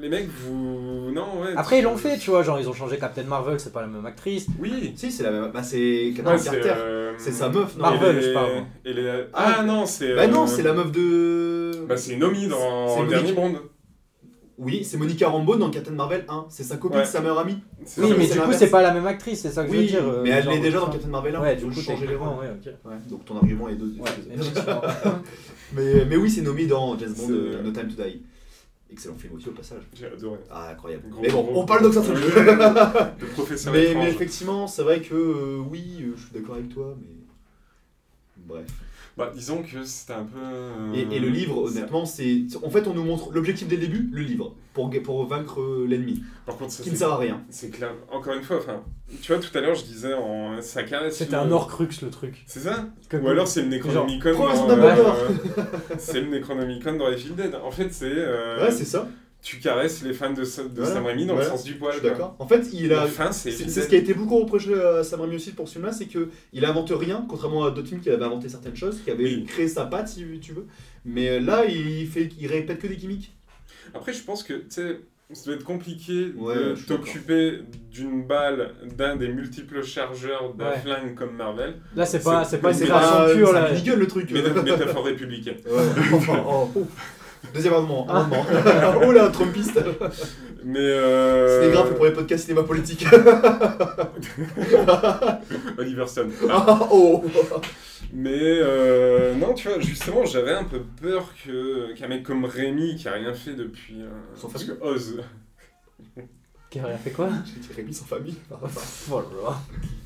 Les mecs, vous. Non, ouais. Après, tu- ils l'ont fait, tu vois. Genre, ils ont changé Captain Marvel, c'est pas la même actrice. Oui. Si, c'est la même. Bah, c'est Captain Ouais, Carter. c'est, euh, C'est sa meuf, non Marvel. et les- je parle, moi. et les- Ah, Ah non, c'est. Bah, non, euh, c'est la meuf de. Bah, c'est Nomi C'est dans le dernier Monique. monde. Oui, c'est Monica Rambeau dans Captain Marvel 1. C'est sa copine, Ouais. sa meilleure amie. C'est Oui, ça. mais c'est du coup, l'inverse. c'est pas la même actrice, c'est ça que je veux Oui, dire. euh, mais elle genre, est déjà dans ça. Captain Marvel 1. Ouais, ils du ont coup, changé les rangs. techniquement, ouais, ok. Ouais, donc ton argument est deux. Ouais, effectivement. mais, mais oui, c'est Nomi dans James Bond C'est- euh, No Time to Die. Excellent film aussi au passage. J'ai adoré. Ah, incroyable. Gros, mais bon, gros. on parle Doctor Strange. [laughs] Ouais, Le professeur mais, mais étrange. effectivement, c'est vrai que euh, oui, euh, je suis d'accord avec toi, mais. Bref. Bah, disons que c'était un peu. euh, Et, et le livre, ça- honnêtement, c'est. En fait, on nous montre l'objectif dès le début, le livre, pour, pour vaincre euh, l'ennemi, Par contre, ça, qui ne c'est- sert à rien. c'est clair. Encore une fois, enfin, tu vois, tout à l'heure, je disais en. Ça caresse. C'était le- un Horcrux le truc. euh, C'est ça Comme- Ou alors c'est le Necronomicon Genre, dans, Dumbledore. euh, [laughs] C'est le Necronomicon dans les Evil Dead. En fait, c'est. euh, Ouais, c'est ça, tu caresses les fans de, Sa- de Voilà. Sam Raimi dans Voilà. le sens du je poil. suis quoi. d'accord. En fait, il a. Enfin, c'est. C'est Evil c'est ce Dead. qui a été beaucoup reproché à Sam Raimi aussi pour ce film-là, c'est que il invente rien, contrairement à d'autres films qui avaient inventé certaines choses, qui avaient Oui. créé sa patte, si tu veux. Mais euh, là, il fait, il répète que des gimmicks. Après, je pense que, tu sais, ça doit être compliqué Ouais, de je suis t'occuper d'une balle d'un des multiples chargeurs d'un Ouais. flingue comme Marvel, Là, c'est pas, C'est- c'est pas une c'est création pure ça là. gueule le truc. mais [laughs] de métaphore républicaine. [laughs] Ah. [laughs] Ouais. Oh, oh, oh. Deuxième amendement. amendement. oh là, Trumpiste. Mais. Euh... C'était grave pour les podcasts cinéma [laughs] politique. Oliver Stone. Ah, oh. Mais euh, non, tu vois, justement, j'avais un peu peur que qu'un mec comme Rémi, qui a rien fait depuis. euh, Sans parce que famille. Oz, Qui a rien fait quoi J'ai dit Rémi sans famille. Oh là là.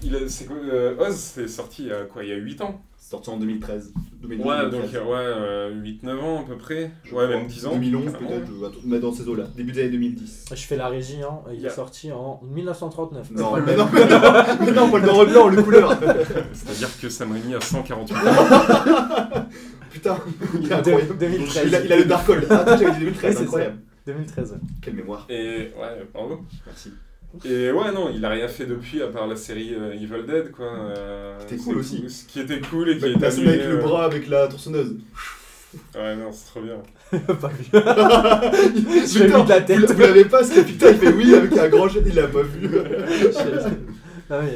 il a- c'est quoi, euh, Oz, c'est sorti il y a quoi, il y a 8 ans C'est sorti en 2013. 2012, Ouais, 2013. donc euh, ouais, 8-9 ans à peu près. Je Ouais, crois. même 10 ans. Ah. 2011 carrément. peut-être, je- attends, mais dans ces eaux-là. Début des années 2010. Je fais la régie, hein. il Yeah. est sorti en 1939. Non, mais non, mais non, mais non, pas le noir et blanc, le couleur. [laughs] C'est-à-dire que Sam Raimi a 148 [laughs] ans. Putain, [laughs] il est De- incroyable. Il a, 2013. il a le dark hole. Ah, j'avais dit 2013, Oui, c'est incroyable. 2013. Quelle mémoire. Et ouais, bravo. Merci. Et ouais, non, il a rien fait depuis, à part la série euh, Evil Dead, quoi. Euh, C'était c'est cool tout. aussi. Ce qui était cool et qui La était personne Bah, avec annulé, le euh, bras avec la tronçonneuse. [laughs] Ouais, non, c'est trop bien. Pas vu. Je l'ai mis de la tête. [laughs] Vous l'avez pas, ce capitaine, il fait oui avec un grand jet, il l'a pas vu. Je- non, mais...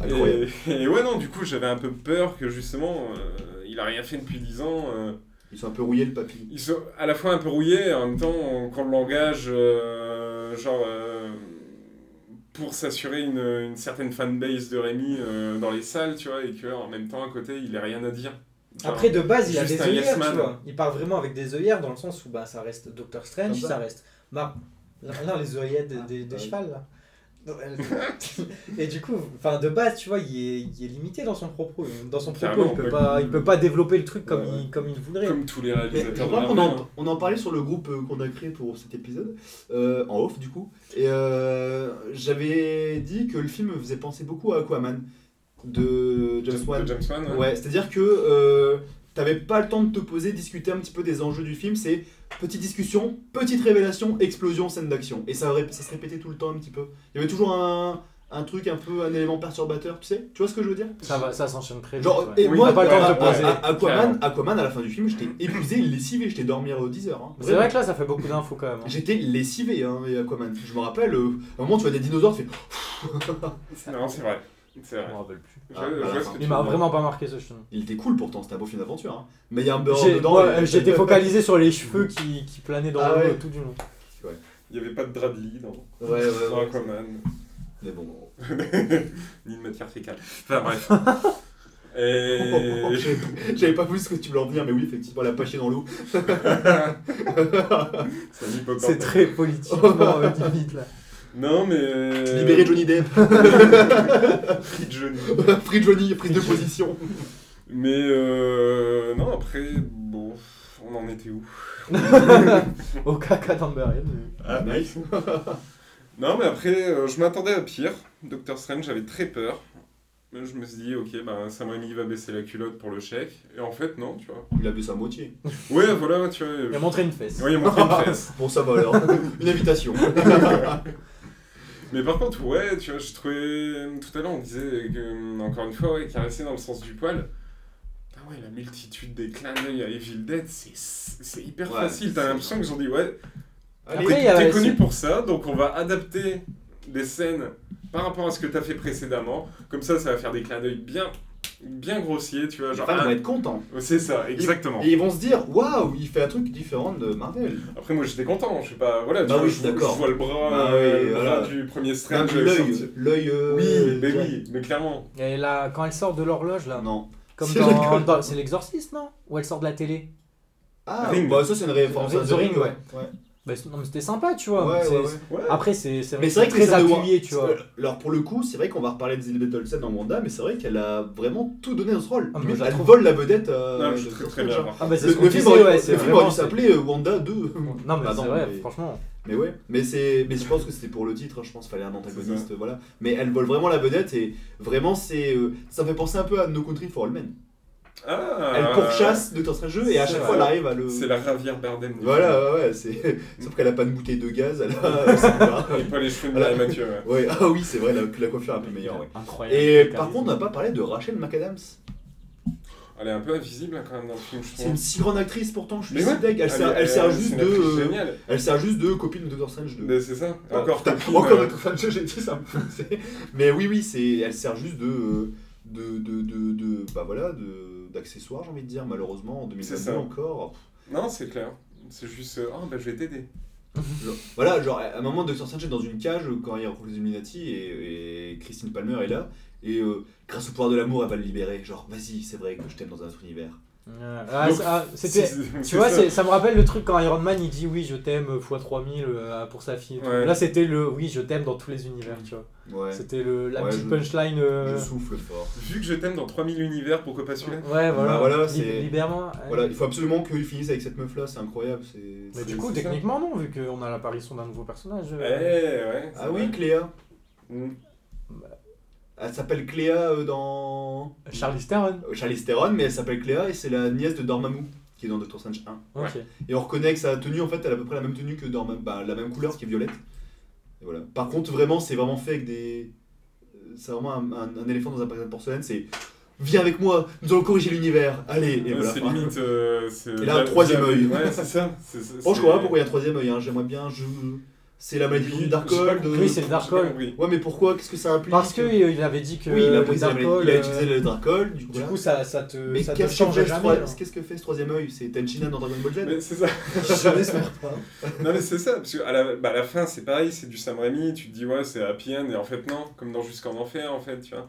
Incroyable. Et, et ouais, non, du coup, j'avais un peu peur que justement, euh, il a rien fait depuis 10 ans. euh, Ils sont un peu rouillés, le papy. ils sont à la fois un peu rouillés, et en même temps, on- quand on l'engage, euh, genre, euh, pour s'assurer une, une certaine fanbase de Rémi euh, dans les salles, tu vois, et qu'en même temps, à côté, il n'a rien à dire. Genre, Après, de base, il a Juste des un yes œillères, man. tu vois. Il part vraiment avec des œillères dans le sens où bah, ça reste Doctor Strange, Comme ça. ça reste. Bah, non, non, les œillettes des, des, des Ah, oui. chevals, là. Non, elle- [laughs] Et du coup, enfin, de base, tu vois, il est, il est limité dans son propos. Dans son propos, Carrément, il peut ouais. pas, il peut pas développer le truc comme Ouais, ouais. il, comme il voudrait. comme tous les Mais réalisateurs. je de crois qu'on Marvel, hein. en, on en parlait sur le groupe euh, qu'on a créé pour cet épisode, euh, en off du coup, et euh, j'avais dit que le film faisait penser beaucoup à Aquaman de James De Wan. James Wan, ouais. Ouais, c'est-à-dire que euh, t'avais pas le temps de te poser, discuter un petit peu des enjeux du film, c'est petite discussion, petite révélation, explosion, scène d'action. Et ça, ré- ça se répétait tout le temps un petit peu. Il y avait toujours un, un truc, un peu un élément perturbateur, tu sais Tu vois ce que je veux dire Ça, va, ça s'enchaîne très vite. Genre, ouais. et Oui, moi, ah, t'as pas le temps de te à- poser. à- à- Aquaman, Aquaman, à la fin du film, j'étais épuisé, lessivé, j'étais dormir aux 10 heures. hein. C'est vrai que là, ça fait beaucoup d'infos quand même. hein. J'étais lessivé, hein, et Aquaman. Je me rappelle, euh, à un moment, tu vois des dinosaures, tu fais. oh, Non, c'est vrai. C'est Je vrai. m'en rappelle plus. Je- Ah, je bah, vois ce que tu Il veux m'a dire. vraiment pas marqué ce film. Il était cool pourtant, c'était un beau film d'aventure. Hein. Mais il y a un beurre J'ai- dedans. moi, et- euh, J'étais focalisé sur les cheveux qui, qui planaient dans Ah le ouais. tout du long. Il n'y avait pas de Bradley dans, Ouais, ouais, ouais. dans Aquaman, Mais bon. [laughs] ni de matière fécale. Enfin [laughs] bref. Et... J'avais- J'avais pas vu ce que tu voulais en venir, mais oui, effectivement, la pâchée dans l'eau. C'est un hippocampe. C'est très [laughs] politiquement euh, limite là. Non mais... Libérer Johnny Depp, [laughs] Free Johnny. free Johnny, prise de position. Mais euh... Non, après, bon... On en était où [laughs] Au caca d'Amber Ah, nice. Non mais après, euh, je m'attendais à pire. Doctor Strange, j'avais très peur. Mais je me suis dit, ok, bah, Sam Raimi va baisser la culotte pour le chèque. Et en fait, non, tu vois. Il a bu sa moitié. Ouais, voilà, tu vois. euh, Il a montré une fesse. Ouais, il [laughs] a montré une fesse. Bon, ça va alors. Une invitation. Mais par contre, ouais, tu vois, je trouvais. euh, Tout à l'heure, on disait, que, euh, encore une fois, ouais, caresser dans le sens du poil. Ah ouais, la multitude des clins d'œil à Evil Dead, c'est- c'est hyper Ouais, facile. T'as c'est l'impression qu'ils ont dit, ouais, [laughs] Allez, Après, il y a- t'es c'est- connu pour ça, donc on va adapter des scènes par rapport à ce que t'as fait précédemment. Comme ça, ça va faire des clins d'œil bien, bien grossiers, tu vois. les Genre, fans ah, vont être contents. c'est ça, exactement. Et ils vont se dire, waouh, il fait un truc différent de Marvel. Après, moi, j'étais content, je sais pas, voilà, tu Bah vois, oui, je, je suis vois- je d'accord. vois le bras, Bah euh, oui, le bras voilà. du premier Non, Strange. mais sorti. L'œil, l'œil. euh, Oui, mais direct. oui, mais clairement. Et là, quand elle sort de l'horloge là, Ah, Non. comme C'est dans, rigolo. dans- c'est l'exorciste non Ou elle sort de la télé Ah, Ring. bah ça c'est une référence à The The, Ring, Ring, ouais. Ouais, Bah, c'est- Non mais c'était sympa tu vois. ouais, C'est- ouais, ouais. Ouais. Après c'est c'est Mais vrai c'est vrai que que les c'est très scènes de Wa- appuyé tu vois. Alors pour le coup, c'est vrai qu'on va reparler d'Elizabeth Olsen en Wanda, mais c'est vrai qu'elle a vraiment tout donné dans ce rôle. Ah, mais Limite, je la elle trouve- vole la vedette. euh, Non, je suis de- très très bien. par Ah contre. bah Le, c'est ce le qu'on film disait, aurait, ouais, le c'est film aurait vraiment- dû s'appeler euh, Wanda 2. Non mais Bah c'est vrai mais- franchement. Mais ouais, mais c'est, mais je pense que c'était pour le titre. hein, Je pense qu'il fallait un antagoniste, voilà. Mais elle vole vraiment la vedette et vraiment c'est, euh, ça me fait penser un peu à No Country for All Men. Ah, Elle pourchasse Doctor Strange et à c'est chaque vrai. fois elle arrive à le. C'est la Javier Bardem. du film. Voilà, ouais, ouais, c'est. [laughs] Sauf qu'elle a pas de bouteille de gaz, elle a. [laughs] c'est pas- Et pas les cheveux de Voilà. Marie Mathieu. ouais. Ouais, ah oui, c'est vrai, la, la coiffure est un peu meilleure, Ah, ouais. Incroyable. Et le par charisme. contre, on n'a pas parlé de Rachel McAdams. Elle est un peu invisible hein, quand même dans le film, je C'est une trouve. si grande actrice pourtant, je suis Mais si ouais. deg. Elle, sert, est- elle sert juste c'est de. une actrice euh, géniale. elle sert juste de copine de Doctor Strange 2. Mais c'est ça. Ah, [laughs] Encore putain, copine, encore euh, Doctor Strange, j'ai dit ça me faisait- [laughs] Mais oui, oui, c'est, elle sert juste de, de, de, de, de- bah voilà, de, d'accessoire, j'ai envie de dire. Malheureusement, en C'est 2022 ça. encore. Non, c'est clair. C'est juste. euh, Oh, bah je vais t'aider. Genre- voilà, genre à un moment, Dr. Strange est dans une cage euh, quand il rencontre les Illuminati et, et Christine Palmer est là. Et euh, grâce au pouvoir de l'amour, elle va le libérer. Genre, vas-y, c'est vrai que je t'aime dans un autre univers. Ouais. Ah, Donc, c'est- ah, c'était. [laughs] C'est- Tu vois, ça. c'est- ça me rappelle le truc quand Iron Man il dit oui, je t'aime x 3000 euh, pour sa fille. et tout. Ouais. Là, c'était le oui, je t'aime dans tous les univers, tu vois. Ouais, C'était le, la Ouais, petite je- punchline. euh, je souffle fort. Vu que je t'aime dans 3000 univers, pourquoi pas celui-là Ouais, voilà. Bah voilà, Lib- c'est- Libère-moi. Ouais. Voilà, il faut absolument qu'il finisse avec cette meuf-là, c'est incroyable. c'est- Mais c'est- du coup, c'est ça. techniquement, non, vu qu'on a l'apparition d'un nouveau personnage. Eh euh, ouais. c'est Ah vrai. oui, Cléa. Mm. Elle s'appelle Cléa euh, dans. Charlize Theron. Euh, Charlize Theron, mais elle s'appelle Cléa et c'est la nièce de Dormammu qui est dans Doctor Strange 1. Ok. Et on reconnaît que sa tenue, en fait, elle a à peu près la même tenue que Dormammu, bah, la même couleur qui est violette. Et voilà. Par contre, vraiment, c'est vraiment fait avec des. euh, C'est vraiment un, un- un éléphant dans un paquet de porcelaine, c'est. Viens avec moi, nous allons corriger l'univers, allez Et Ouais, voilà. c'est Enfin, limite. euh, c'est- Et là, un troisième œil. Ouais, c'est ça. c'est- c'est- Franchement, je comprends pas pourquoi il y c'est- a un troisième œil, hein, j'aimerais bien. Je... C'est la maladie Oui, du j'ai pas Darkhold. compris, euh, Oui, c'est le J'ai pas Darkhold. compris. Ouais, mais pourquoi Qu'est-ce que ça implique Parce qu'il avait dit que Oui, il a, le pris sa- il a Darkhold, utilisé euh, le Darkhold, du coup. Du voilà. coup, ça, ça te, mais ça te qu'est-ce que, change fait ce jamais. troi- hein. [laughs] qu'est-ce que fait ce troisième œil C'est Tenchinan dans Dragon Ball Z Mais c'est ça. Je l'espère [laughs] pas. Non mais c'est ça, parce qu'à la, bah, à la fin c'est pareil, c'est du Sam Raimi, tu te dis ouais c'est Happy End, et en fait non, comme dans Jusqu'en Enfer en fait, tu vois.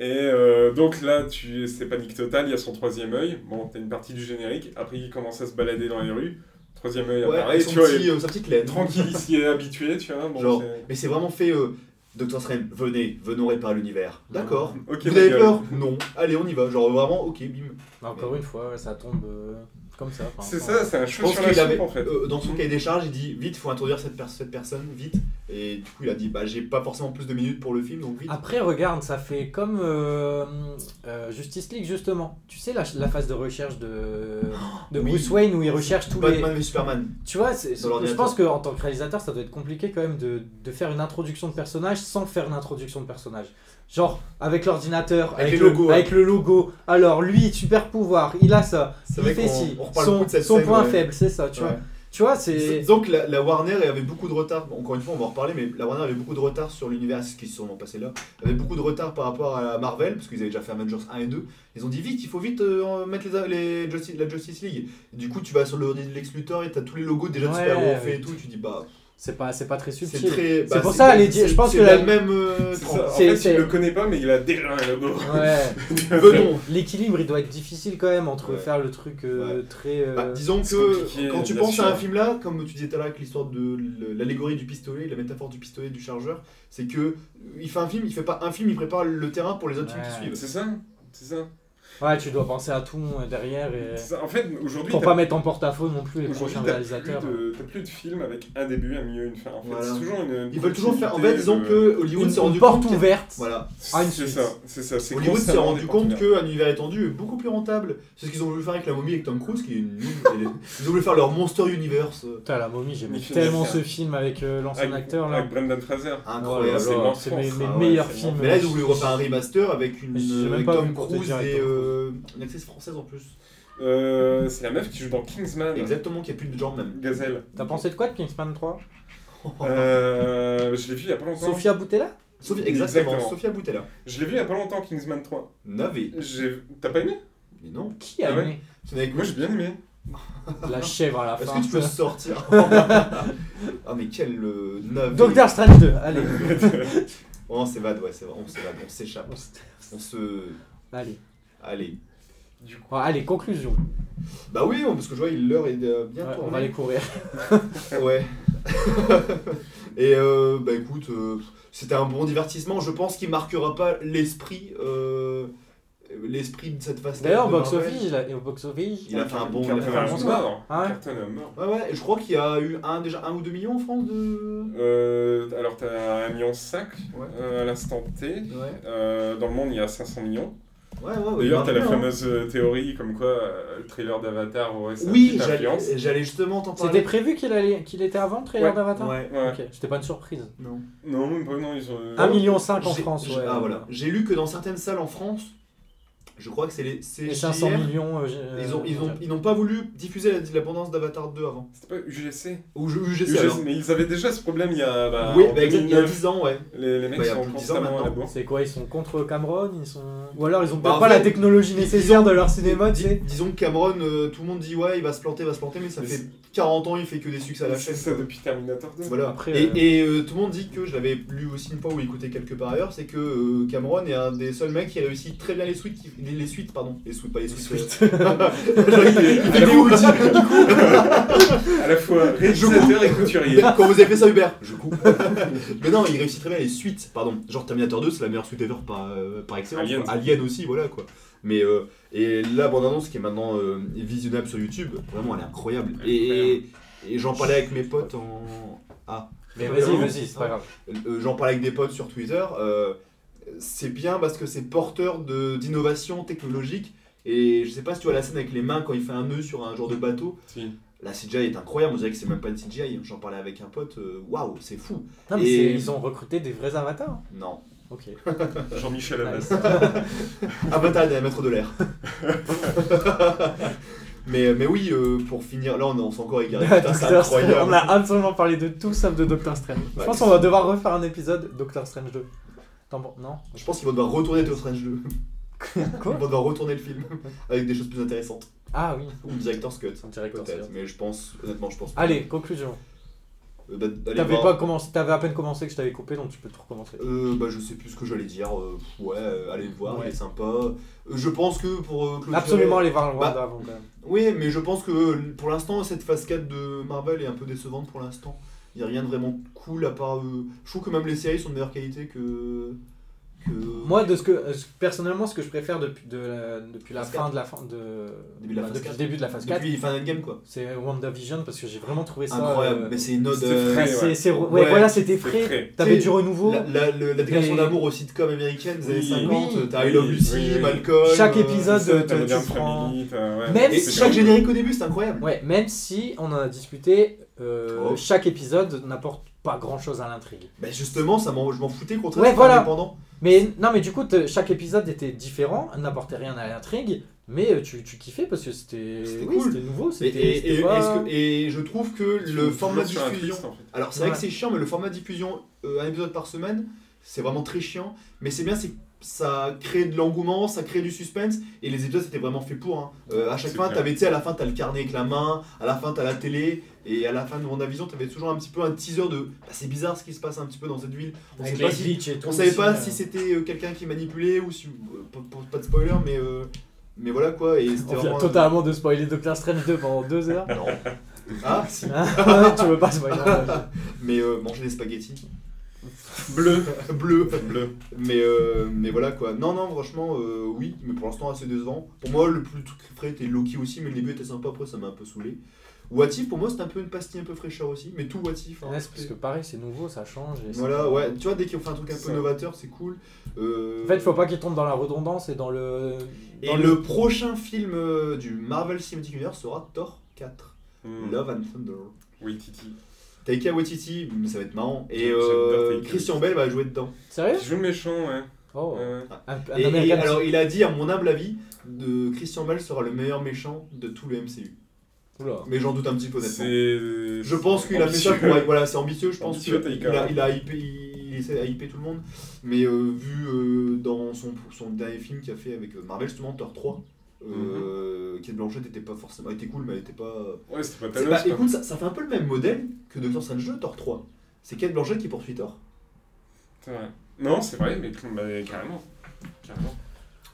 Et euh, donc là, tu c'est panique totale, il y a son troisième œil, bon t'as une partie du générique, après il commence à se balader dans les rues, troisième œil Ouais, apparaît, avec son tu vois, petit, et- euh, sa petite laine. tranquille, il s'y est habitué, tu vois. Bon, Genre, c'est- mais c'est vraiment fait. euh, Doctor Strange, venez, venons réparer l'univers. D'accord. Ok, Vous avez d'accord. peur Non. Allez, on y va. Genre vraiment, ok, bim. bah, encore une fois, ouais, ça tombe euh, comme ça. enfin, C'est enfin, ça, c'est un Je cheveu pense sur la qu'il soupe avait, en fait. Mhm. euh, dans son cahier des charges, il dit vite, faut introduire cette, per- cette personne, vite. Et du coup, il a dit, bah, j'ai pas forcément plus de minutes pour le film, donc vite. Après, regarde, ça fait comme euh, euh, Justice League, justement. Tu sais, la, la phase de recherche de, de [gasps] Oui. Bruce Wayne où il recherche tous les. Batman v Superman. Tu vois, c'est- c'est- je l'ordinateur. pense qu'en tant que réalisateur, ça doit être compliqué quand même de, de faire une introduction de personnage sans faire une introduction de personnage. Genre, avec l'ordinateur, Avec avec, les le, logos, hein. avec le logo. Alors, lui, super pouvoir, il a ça, C'est il vrai fait qu'on- ci. on reparle beaucoup Son, de cette son scène, point ouais. faible, c'est ça, tu Ouais. vois. Tu vois, C'est- c'est. Donc la, la Warner avait beaucoup de retard, bon, encore une fois on va en reparler, mais la Warner avait beaucoup de retard sur l'univers, ce qui se sont passé là, avait beaucoup de retard par rapport à Marvel, parce qu'ils avaient déjà fait Avengers 1 et 2, ils ont dit vite, il faut vite euh, mettre les, les Justice, la Justice League. Du coup tu vas sur le Lex Luthor et t'as tous les logos déjà de Ouais. super-héros faits et tout, tu dis bah C'est pas, c'est pas très c'est subtil. très... bah, C'est pour ça, pas- elle est dit- c'est- je pense c'est que la la- même... euh, C'est ça. En c'est- fait, c'est- il le connaît pas, mais il a déjà un logo. Ouais. Venons L'équilibre, il doit être difficile quand même entre Ouais. faire le truc euh, très. euh, Bah, disons c'est que compliqué, quand tu bien penses sûr. à un film là, comme tu disais tout à l'heure avec l'histoire de l- l'allégorie du pistolet, la métaphore du pistolet du chargeur, c'est que euh, il fait un film, il fait pas un film, il prépare le terrain pour les autres films Ouais. qui suivent. C'est ça, c'est ça. Ouais, tu dois penser à tout euh, derrière et. C'est ça. En fait, aujourd'hui, Pour t'as- pas mettre en porte-à-faux non plus les aujourd'hui, prochains t'as réalisateurs. plus de- T'as plus de films avec un début, un milieu, une fin. En fait, Voilà. c'est toujours une. Ils veulent toujours faire. En fait, continuité euh, disons de- que Une, Hollywood s'est une rendu porte compte. que- ouverte. Voilà. Ah, une C'est suite. ça, c'est ça. c'est Hollywood s'est constamment rendu des compte partenaires. qu'un univers étendu est beaucoup plus rentable. C'est ce qu'ils ont voulu faire avec la momie avec Tom Cruise, qui est une. Ils ont voulu faire leur Monster Universe. euh, Putain, la momie, j'aimais Michel tellement Drucker. ce film avec euh, l'ancien Avec- acteur là. Avec Brendan Fraser. Oh là Incroyable. c'est là, mort, c'est je mes, pense. mes Ah ouais, meilleurs c'est films. euh, mort. Mais là, ils ont voulu refaire un remaster avec une. euh, J'ai même avec pas vu Tom pour te Cruise dire, avec et Tom Cruise. euh, une actrice française en plus. Euh, c'est la meuf qui joue dans Kingsman. Exactement, qui a plus de jambes même. Gazelle. T'as pensé de quoi de Kingsman 3 Euh, je l'ai vu il y a pas longtemps. Sofia Boutella Sophie, exactement, Exactement. Sophia Boutella. Je l'ai vu il y a pas longtemps, Kingsman 3. Navé. J'ai- T'as pas aimé Mais non. Qui a Ah ouais. aimé C'est avec Moi j'ai bien aimé. La chèvre à la Est-ce fin. Euh, que tu peux sortir [laughs] Ah mais quel euh, navet. Doctor Strange 2, [laughs] allez. Oh, on s'évade, ouais, c'est vrai, on s'évade, on s'échappe. On se- On se... allez. Allez. Du coup, Bon, allez, conclusion. Bah oui, on- parce que je vois, il- l'heure est euh, bien Ouais, on va tournée. aller courir. Ouais. [laughs] Et euh, bah écoute, euh, c'était un bon divertissement. Je pense qu'il marquera pas l'esprit... euh, l'esprit de cette phase D'ailleurs, au de box Marvel. office, il a- et au box office, Il a fait un bon... il a Carton fait un un bon à score. mort. Ah ouais. Carton à mort. Ouais, ouais, je crois qu'il y a eu un, déjà un ou deux millions en France de... Euh, alors t'as 1,5 million Ouais. euh, à l'instant T. Ouais. Euh, dans le monde, il y a 500 millions. Ouais, ouais, ouais. D'ailleurs, t'as la Marvel, hein. fameuse euh, théorie comme quoi euh, le trailer d'Avatar aurait sa Oui, petite influence. j'allais- j'allais justement t'en C'était parler. prévu qu'il allait- qu'il était avant le trailer Ouais. d'Avatar Ouais, Ouais. Ok, c'était pas une surprise. non. Non, même pas, non, ils ont. euh, 1,5 million en J'ai- France, j'ai- ouais. Ah, voilà. J'ai lu que dans certaines salles en France, je crois que c'est les Et c'est 500 JR, millions. euh, j'ai- Ils ont, ils euh, ont, ils n'ont pas voulu diffuser la, la bande-annonce d'Avatar 2 avant. C'était pas UGC. Ou je- UGC, UGC, alors. mais ils avaient déjà ce problème il y a. Bah, oui, en bah, exact, il y a 2009. 10 ans, ouais. Les, les mecs Bah, il y a sont plus de 10 ans Ah constamment à la maintenant. bourre. C'est quoi Ils sont contre Cameron Ils sont. Ou alors ils ont Bah, pas, en pas fait, la technologie nécessaire de leur cinéma, tu Dis- sais. disons que Cameron, euh, tout le monde dit ouais, il va se planter, va se planter, mais ça Mais fait c'est- 40 ans, il fait que des succès à la C'est chaîne. ça depuis Terminator 2. Voilà. Après, et euh, et, euh, tout le monde dit que je l'avais lu aussi une fois ou écouté quelque part ailleurs, c'est que euh, Cameron est un des seuls mecs qui réussit très bien les suites, qui- les, les suites pardon, les suites pas les suites. euh. [laughs] [laughs] Il est à la fois- à la fois [laughs] réalisateur [laughs] et couturier. Quand vous avez fait ça Hubert, euh, je coupe. [laughs] mais non, il réussit très bien les suites, pardon. Genre Terminator 2, c'est la meilleure suite ever par, euh, par excellence. Alien. quoi. Alien aussi, voilà quoi. Mais euh, et la bande annonce qui est maintenant euh, visionnable sur YouTube, vraiment elle est incroyable. Et, et- et j'en parlais avec mes potes en. [laughs] Mais Vraiment, vas-y, vas-y, c'est pas grave. euh, j'en parlais avec des potes sur Twitter, euh, c'est bien parce que c'est porteur de- d'innovation technologique. Et je sais pas si tu vois la scène avec les mains quand il fait un nœud sur un genre de bateau. Si. La CGI est incroyable, on dirait que c'est même pas une CGI. hein. J'en parlais avec un pote, euh, waouh, c'est fou. Non, mais Et- c'est- ils ont recruté des vrais avatars. Non. Ok. bah, [laughs] Jean-Michel Abbas. Nice. Avatar est un maître de l'air. mais, mais oui, euh, pour finir, là on s'est [laughs] encore égaré. Putain, c'est Doctor Strange, on a incroyable. absolument parlé de tout sauf de Doctor Strange. Je Ouais. pense qu'on va devoir refaire un épisode Doctor Strange 2. T'en pen- [laughs] Non Je pense qu'ils vont devoir retourner Doctor Strange 2. Ils Quoi vont devoir retourner le film [laughs] avec des choses plus intéressantes. Ah oui, Ou le director's cut. c'est directeur. Peut-être, mais je pense, honnêtement, je pense pas. Allez, conclusion. Euh, bah, allez T'avais voir. pas commencé, t'avais à peine commencé que je t'avais coupé, donc tu peux tout recommencer. Euh, bah, je sais plus ce que j'allais dire. euh, pff, ouais, euh, allez le voir, Ouais. il est sympa. Euh, Je pense que pour euh, clôturer- Absolument aller voir le Bah. Wanda avant quand même. Oui, mais je pense que euh, pour l'instant, cette phase 4 de Marvel est un peu décevante pour l'instant. Il n'y a rien de vraiment cool à part. euh, Je trouve que même les séries sont de meilleure qualité que. que... Moi, de ce que, euh, ce- personnellement, ce que je préfère depuis, de la, depuis la Phase fin de la fin de. Début de la bah, phase depuis le 4. début de la phase 4, Depuis fin d'Endgame, quoi. c'est WandaVision parce que j'ai vraiment trouvé ça. Incroyable. euh, Mais c'est une ode. c'était euh, frais. c'est- Ouais. c'est- ouais, Ouais, voilà, c'était c'est frais. frais. T'avais C'est- du renouveau. La, la- le- la déclaration Et- d'amour aux sitcoms américaines des années Oui. 50, Oui. t'as I Love Oui, Lucy, oui, oui. Malcolm. Chaque euh, épisode, Simpson, t'as- T'as tu Modern prends- Family, t'as- ouais. Même Et si- chaque générique au début, c'est incroyable. Ouais, même si on en a discuté, euh, Oh. chaque épisode n'apporte pas grand chose à l'intrigue. Bah justement, ça m'en- je m'en foutais contre Ouais, voilà. indépendant. Mais non, mais du coup, t'es- chaque épisode était différent, n'apportait rien à l'intrigue, mais euh, tu, tu kiffais parce que c'était C'était oui, cool. c'était nouveau, Et, c'était. et- c'était et- pas- est-ce que- et je trouve que le Toujours format sur un diffusion. twist, en fait. Alors c'est Ouais. vrai que c'est chiant, mais le format diffusion, euh, un épisode par semaine, c'est vraiment très chiant. Mais c'est bien, c'est que ça crée de l'engouement, ça crée du suspense, et les épisodes c'était vraiment fait pour. hein. Euh, à chaque C'est fin, clair. t'avais, tu sais, à la fin t'as le carnet avec la main, à la fin t'as la télé, et à la fin de WandaVision, t'avais toujours un petit peu un teaser de. Bah, c'est bizarre ce qui se passe un petit peu dans cette ville. On Avec sait pas les si- glitches et tout On savait aussi, pas euh, si c'était euh, quelqu'un qui manipulait ou si. euh, pas, pas- pas de spoiler, mais, euh, mais voilà quoi. Et c'était On vient vraiment- totalement de spoiler Doctor Strange 2 pendant deux [laughs] heures. Non. Ah, si. Hein, tu veux pas spoiler [laughs] Mais euh, manger des spaghettis. Bleu. Bleu. [laughs] Bleu. Mais, euh, mais voilà quoi. Non, non, franchement, euh, oui, mais pour l'instant assez décevant. Pour moi, le plus truc frais était Loki aussi, mais le début était sympa, après ça m'a un peu saoulé. What If, pour moi, c'était un peu une pastille un peu fraîcheur aussi, mais tout What If. hein. Ouais, c'est parce que pareil, c'est nouveau, ça change. et c'est- Voilà, ouais, tu vois, dès qu'on fait un truc un peu Ça. novateur, c'est cool. Euh, En fait, faut pas qu'il tombe dans la redondance et dans le. Et dans le prochain film euh, du Marvel Cinematic Universe sera Thor 4, Hmm. Love and Thunder. Oui, Titi. Taika Waititi, mais ça va être marrant. Et J'adore euh, Taika Christian Waititi. Bale va jouer dedans. Sérieux Qui joue le méchant, ouais. Euh, Oh, Ouais, ouais. un, un Et, et American. alors, il a dit, à mon humble avis, de Christian Bale sera le meilleur méchant de tout le MCU. Oula. Mais j'en doute un petit peu, honnêtement. C'est. Je pense qu'il a fait ça pour. Ambitieux. être- Voilà, c'est ambitieux, je pense Ambitieux, qu'il Taika. a, il a hypé, il essaie de hyper tout le monde. Mais euh, vu euh, dans son, son dernier film qu'il a fait avec euh, Marvel, justement, Thor 3, euh, Kate Blanchett était pas forcément. était cool, mais elle était pas. Ouais, c'était Mhm. pas C'est Thanos. pas- quoi. écoute, ça, ça fait un peu le même modèle que Doctor Strange 2, Thor 3. C'est Kate Blanchett qui poursuit Thor. C'est vrai. Non, c'est vrai, mais bah, carrément. Carrément.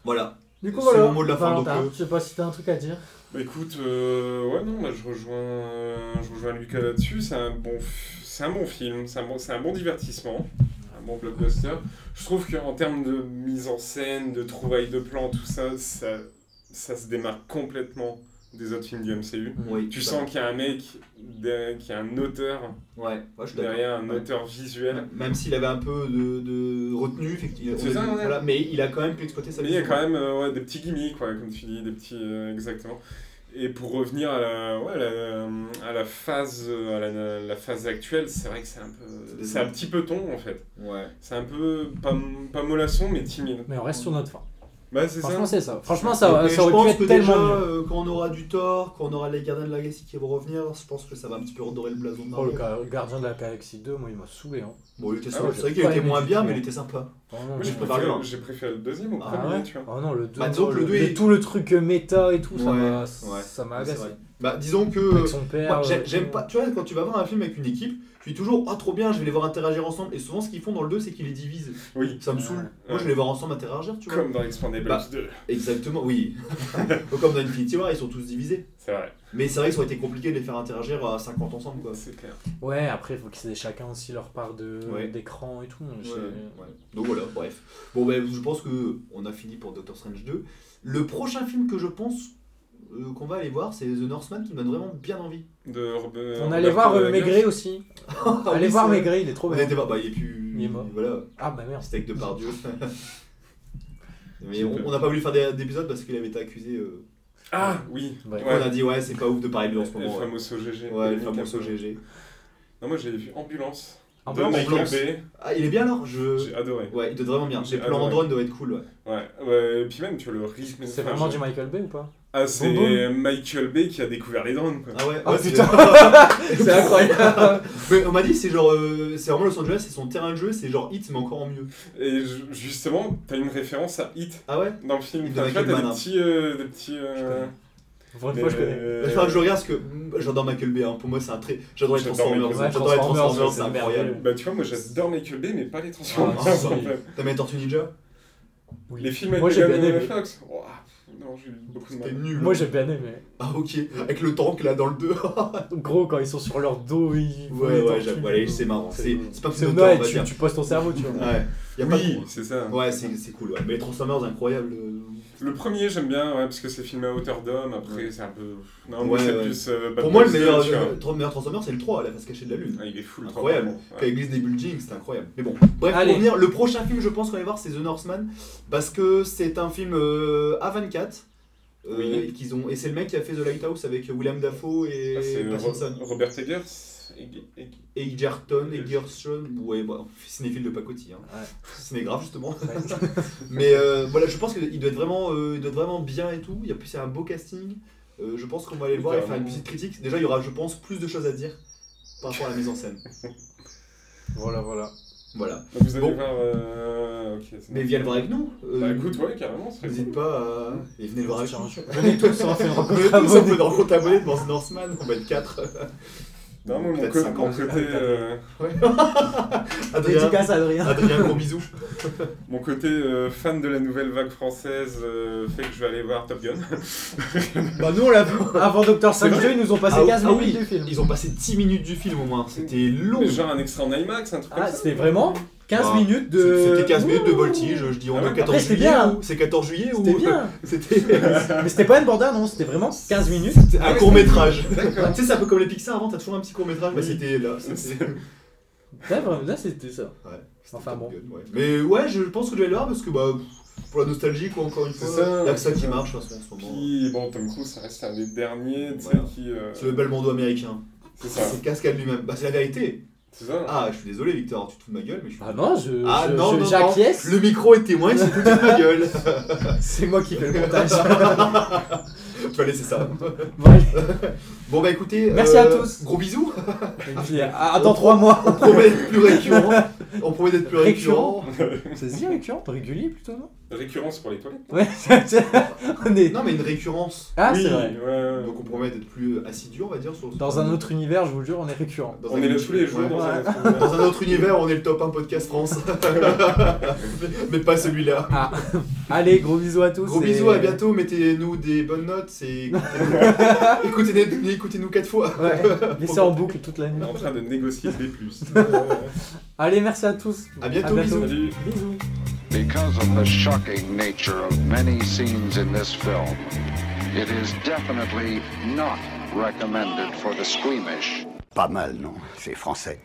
Voilà. Du coup, C'est voilà. le mot de la fin, Valentin, donc, euh, Je sais pas si t'as un truc à dire. Bah écoute, euh, ouais, non, bah, je rejoins, euh, je rejoins Lucas là-dessus. C'est un bon, f- c'est un bon film, c'est un bon, c'est un bon divertissement, un bon blockbuster. Je trouve qu'en termes de mise en scène, de trouvailles de plans, tout ça, ça, ça se démarque complètement des autres films du MCU. Oui, Tu ça- sens qu'il y a un mec, derrière- qu'il y a un auteur Ouais, ouais, je suis d'accord. derrière, un Ouais. auteur visuel. Même s'il avait un peu de, de retenue, effectivement. C'est ça, ouais. voilà, mais il a quand même pu exploiter sa Mais il y a vision. quand même euh, ouais, des petits gimmicks, quoi, comme tu dis, des petits. euh, exactement. Et pour revenir à la, ouais, à la, à la phase, euh, à la, la phase actuelle, c'est vrai que c'est un C'est peu. des- C'est un petit peu ton, en fait. Ouais. C'est un peu. Pas, pas mollasson, mais timide. Mais on reste sur notre fin. Bah, c'est ça. Franchement, c'est ça. Franchement, ça, Mais ça je aurait pu pense que être tellement déjà, mieux. euh, quand on aura du tort, quand on aura les gardiens de la galaxie qui vont revenir, je pense que ça va un petit peu redorer le blason. de Oh, le Marvel. ga- gardien de la Galaxie 2, moi, il m'a saoulé. Hein. Bon, il était Ah sympa. ouais, c'est vrai j'ai qu'il pas était aimé moins du bien, tout. mais il était sympa. Vraiment, Moi, j'ai- j'ai Je préfère le préféré, un. j'ai préféré le deuxième au Ah premier, hein. ouais. tu vois. Oh non, le 2. Bah, disons que le deux, il- tout le truc euh, méta et tout, ça Ouais, m'a ouais. ça m'a Ouais, c'est agacé. vrai. Bah, disons que. Avec son père. Moi, j'ai- euh, j'aime pas. Tu vois, quand tu vas voir un film avec une équipe, tu dis toujours oh trop bien, je vais les voir interagir ensemble. Et souvent, ce qu'ils font dans le 2, c'est qu'ils les divisent. Oui. Ça me Ouais. saoule. Moi, je vais les voir ensemble interagir, tu vois. Comme dans Expandables Bah. 2. Exactement, oui. [laughs] Comme dans Infinity War, ils sont tous divisés. C'est vrai, Mais c'est vrai que ça aurait été compliqué de les faire interagir euh, à 50 ensemble, quoi. c'est clair. Ouais, après, il faut qu'ils aient chacun aussi leur part de- Ouais. Euh, d'écran et tout. j'ai- Donc voilà, bref. Bon, ben, je pense que on a fini pour Doctor Strange 2. Le prochain film que je pense euh, qu'on va aller voir, c'est The Northman qui me donne vraiment bien envie. De Rob- On Roberto allait voir euh, Rodriguez. Maigret aussi. [laughs] Allez Ah, bah oui, voir c'est vrai. Maigret, il est trop On bien. était voir, bah, il est plus. Il est mort. Voilà, Ah bah [laughs] merde. c'était [laughs] avec Depardieu. Mais J'ai on peur. on n'a pas voulu faire des- d'épisode parce qu'il avait été accusé. euh, Ah oui, Ouais. On a dit, ouais, c'est pas ouf de parler de lui en ce Les moment. ouais. fameux OGG. Ouais, le Dominique fameux Capel. GG. Non, moi j'ai vu Ambulance. En de plus, Michael Ambulance. Bay. Ah, il est bien alors J'ai je... adoré. Ouais, il doit être vraiment bien. J'ai Les plans en adoré. drone doivent être cool, ouais. Ouais. ouais. Et puis même, tu vois, le rythme. c'est enfin, vraiment je- du Michael Bay ou pas Ah, c'est Boum, Michael Bay qui a découvert les drones, quoi. Ah ouais, Ah, ouais, putain. c'est- [laughs] C'est incroyable. Mais on m'a dit, c'est genre. euh, c'est vraiment Los Angeles, c'est son terrain de jeu, c'est genre Hit, mais encore en mieux. Et ju- justement, t'as une référence à Hit Ah ouais dans le film. Hit de Enfin, tu vois, Michael t'as des Mann. hein. petits. euh, des petits euh, [laughs] Pour une des- fois, je connais. euh, Il Bah, faudra que je regarde parce que mm, j'adore Michael Bay, hein. pour moi c'est un très. J'adore les J'adore Transformers, Michael Bay. j'adore les Transformers, Transformers, c'est c'est incroyable. merveilleux. Bah, tu vois, moi j'adore Michael Bay, mais pas les Transformers. Ah, c'est [laughs] en vrai. fait. T'as mis les Tortues Ninja Oui. Les films avec Moi, j'ai Megan bien aimé. Fox. Ouah, non, j'ai eu beaucoup de C'était mal. nul. [laughs] Moi j'ai bien aimé. Ah ok, avec le tank là dans le 2. Gros, quand ils sont sur leur dos, ils. font ouais, les ouais, tortues. j'aime. Voilà, c'est marrant. C'est c'est pas C'est plus Noël, on va tu, dire. tu poses ton cerveau, tu vois. Ouais, y a pas Oui, de- c'est ça. Ouais, c'est c'est cool, ouais. Mais les Transformers, incroyable. euh, Le premier, j'aime bien, ouais, parce que c'est filmé à hauteur d'homme. Après, c'est un peu. Non, moi, Ouais, c'est ouais. plus. euh, Bad Pour moi, le Boys 2, meilleur, tu vois. le meilleur Transformer, c'est le 3, la face cachée de la Lune. Ah, il est full Incroyable. trop. Quand Ouais. il glisse des buildings, c'est incroyable. Mais bon, bref, Allez. pour revenir, le prochain film, je pense qu'on va voir, c'est The Northman, parce que c'est un film euh, A24. euh, Oui. et qu'ils ont... Et c'est le mec qui a fait The Lighthouse avec William Dafoe et Ah, c'est euh, Pattinson. Ro- Robert Eggers. Egg- Egg- Et Egerton, Egerson, ouais, bon, cinéphile de pacotille. Hein. Ouais. Ce n'est grave, [laughs] justement. Mais euh, voilà, je pense qu'il doit, être vraiment, euh, il doit être vraiment bien et tout. Il y a plus, c'est un beau casting. Euh, je pense qu'on va aller le voir et faire une petite critique. Déjà, il y aura, je pense, plus de choses à dire par rapport à la mise en scène. Voilà, voilà. Voilà. Donc, vous allez Bon. voir. euh, ok, c'est Mais bon. viens le voir avec nous. Euh, Bah, écoute, ouais, carrément, ce serait N'hésite cool. pas à. Et venez le voir avec nous. Venez tous, hein, [laughs] on va faire une rencontre Venez tous, on fait abonnée. une rencontre abonnée devant The Northman, on va être 4. Non, moi, mon, Peut-être co- cinq mon ans. côté, euh, Adrien, Dédicace à Adrien. Adrien, gros bisous. mon côté euh, fan de la nouvelle vague française euh, fait que je vais aller voir Top Gun. Bah, nous on l'a vu. Avant Docteur Strange 2, ils nous ont passé Ah, 15 ah minutes oui. du film. Ils ont passé 10 minutes du film au moins, c'était long. Mais genre un extra en IMAX, un truc Ah, comme ça. c'était vraiment 15 Ah, minutes de. C'était 15 minutes de voltige, je dis on Ah est ouais, au après, 14 c'était juillet. bien. ou- C'est 14 juillet ou. C'était bien. [laughs] C'était Mais c'était pas une bande annonce, c'était vraiment 15 minutes. Ah un ouais, court métrage. c'était- [laughs] D'accord. Tu sais, c'est un peu comme les Pixar avant, t'as toujours un petit court métrage. Bah, Oui. c'était là. c'était- Là, vraiment, là, c'était ça. Ouais, c'était Enfin Top bon. Gun, ouais. Mais ouais, je pense que je vais le voir parce que bah, pff, pour la nostalgie, quoi, encore une C'est fois, ça, il y a que ça c'est qui ça. marche hein, en ce moment. Puis, bon, Tom Cruise, ça reste un des derniers, tu sais, Voilà. qui. euh, C'est le Belmondo américain. C'est ça. C'est le cascade lui-même. Bah, c'est la vérité. C'est ça. hein. Ah, je suis désolé, Victor, tu te fous de ma gueule, mais je suis. Ah non, je. Ah, je- non, je- non, non. J'acquiesce. Le micro est témoin, c'est foutu de ma gueule. C'est moi [laughs] qui fais le [laughs] montage. tu vas laisser ça. Bon, allez. Bon, bah écoutez. Merci à tous. Gros bisous. Et puis, ah, attends 3 mois. On promet d'être plus récurrent. On promet d'être plus récurrent. Ça se dit récurrent Régulier plutôt, non Récurrence pour les toilettes. Ouais, [laughs] on est. Non, mais une récurrence. Ah, oui, c'est vrai. ouais, ouais. Donc, on promet d'être plus assidu, on va dire. Sur Dans un autre univers, je vous le jure, on est récurrent. Dans On un- est là tous les jours Ouais. dans Ouais. un Dans un autre univers, on est le top 1 podcast France. [laughs] mais pas celui-là. Ah. Allez, gros bisous à tous. Gros et- bisous, à bientôt. Mettez-nous des bonnes notes. [laughs] C'est... Écoutez-nous écoutez-nous quatre fois. Ouais, laissez [laughs] en boucle toute la nuit. en train de négocier des plus. Allez, merci à tous. À bientôt, bisous. Salut. Bisous. Because of the shocking nature of many scenes in this film, it is definitely not recommended for the squeamish. Pas mal, non C'est français.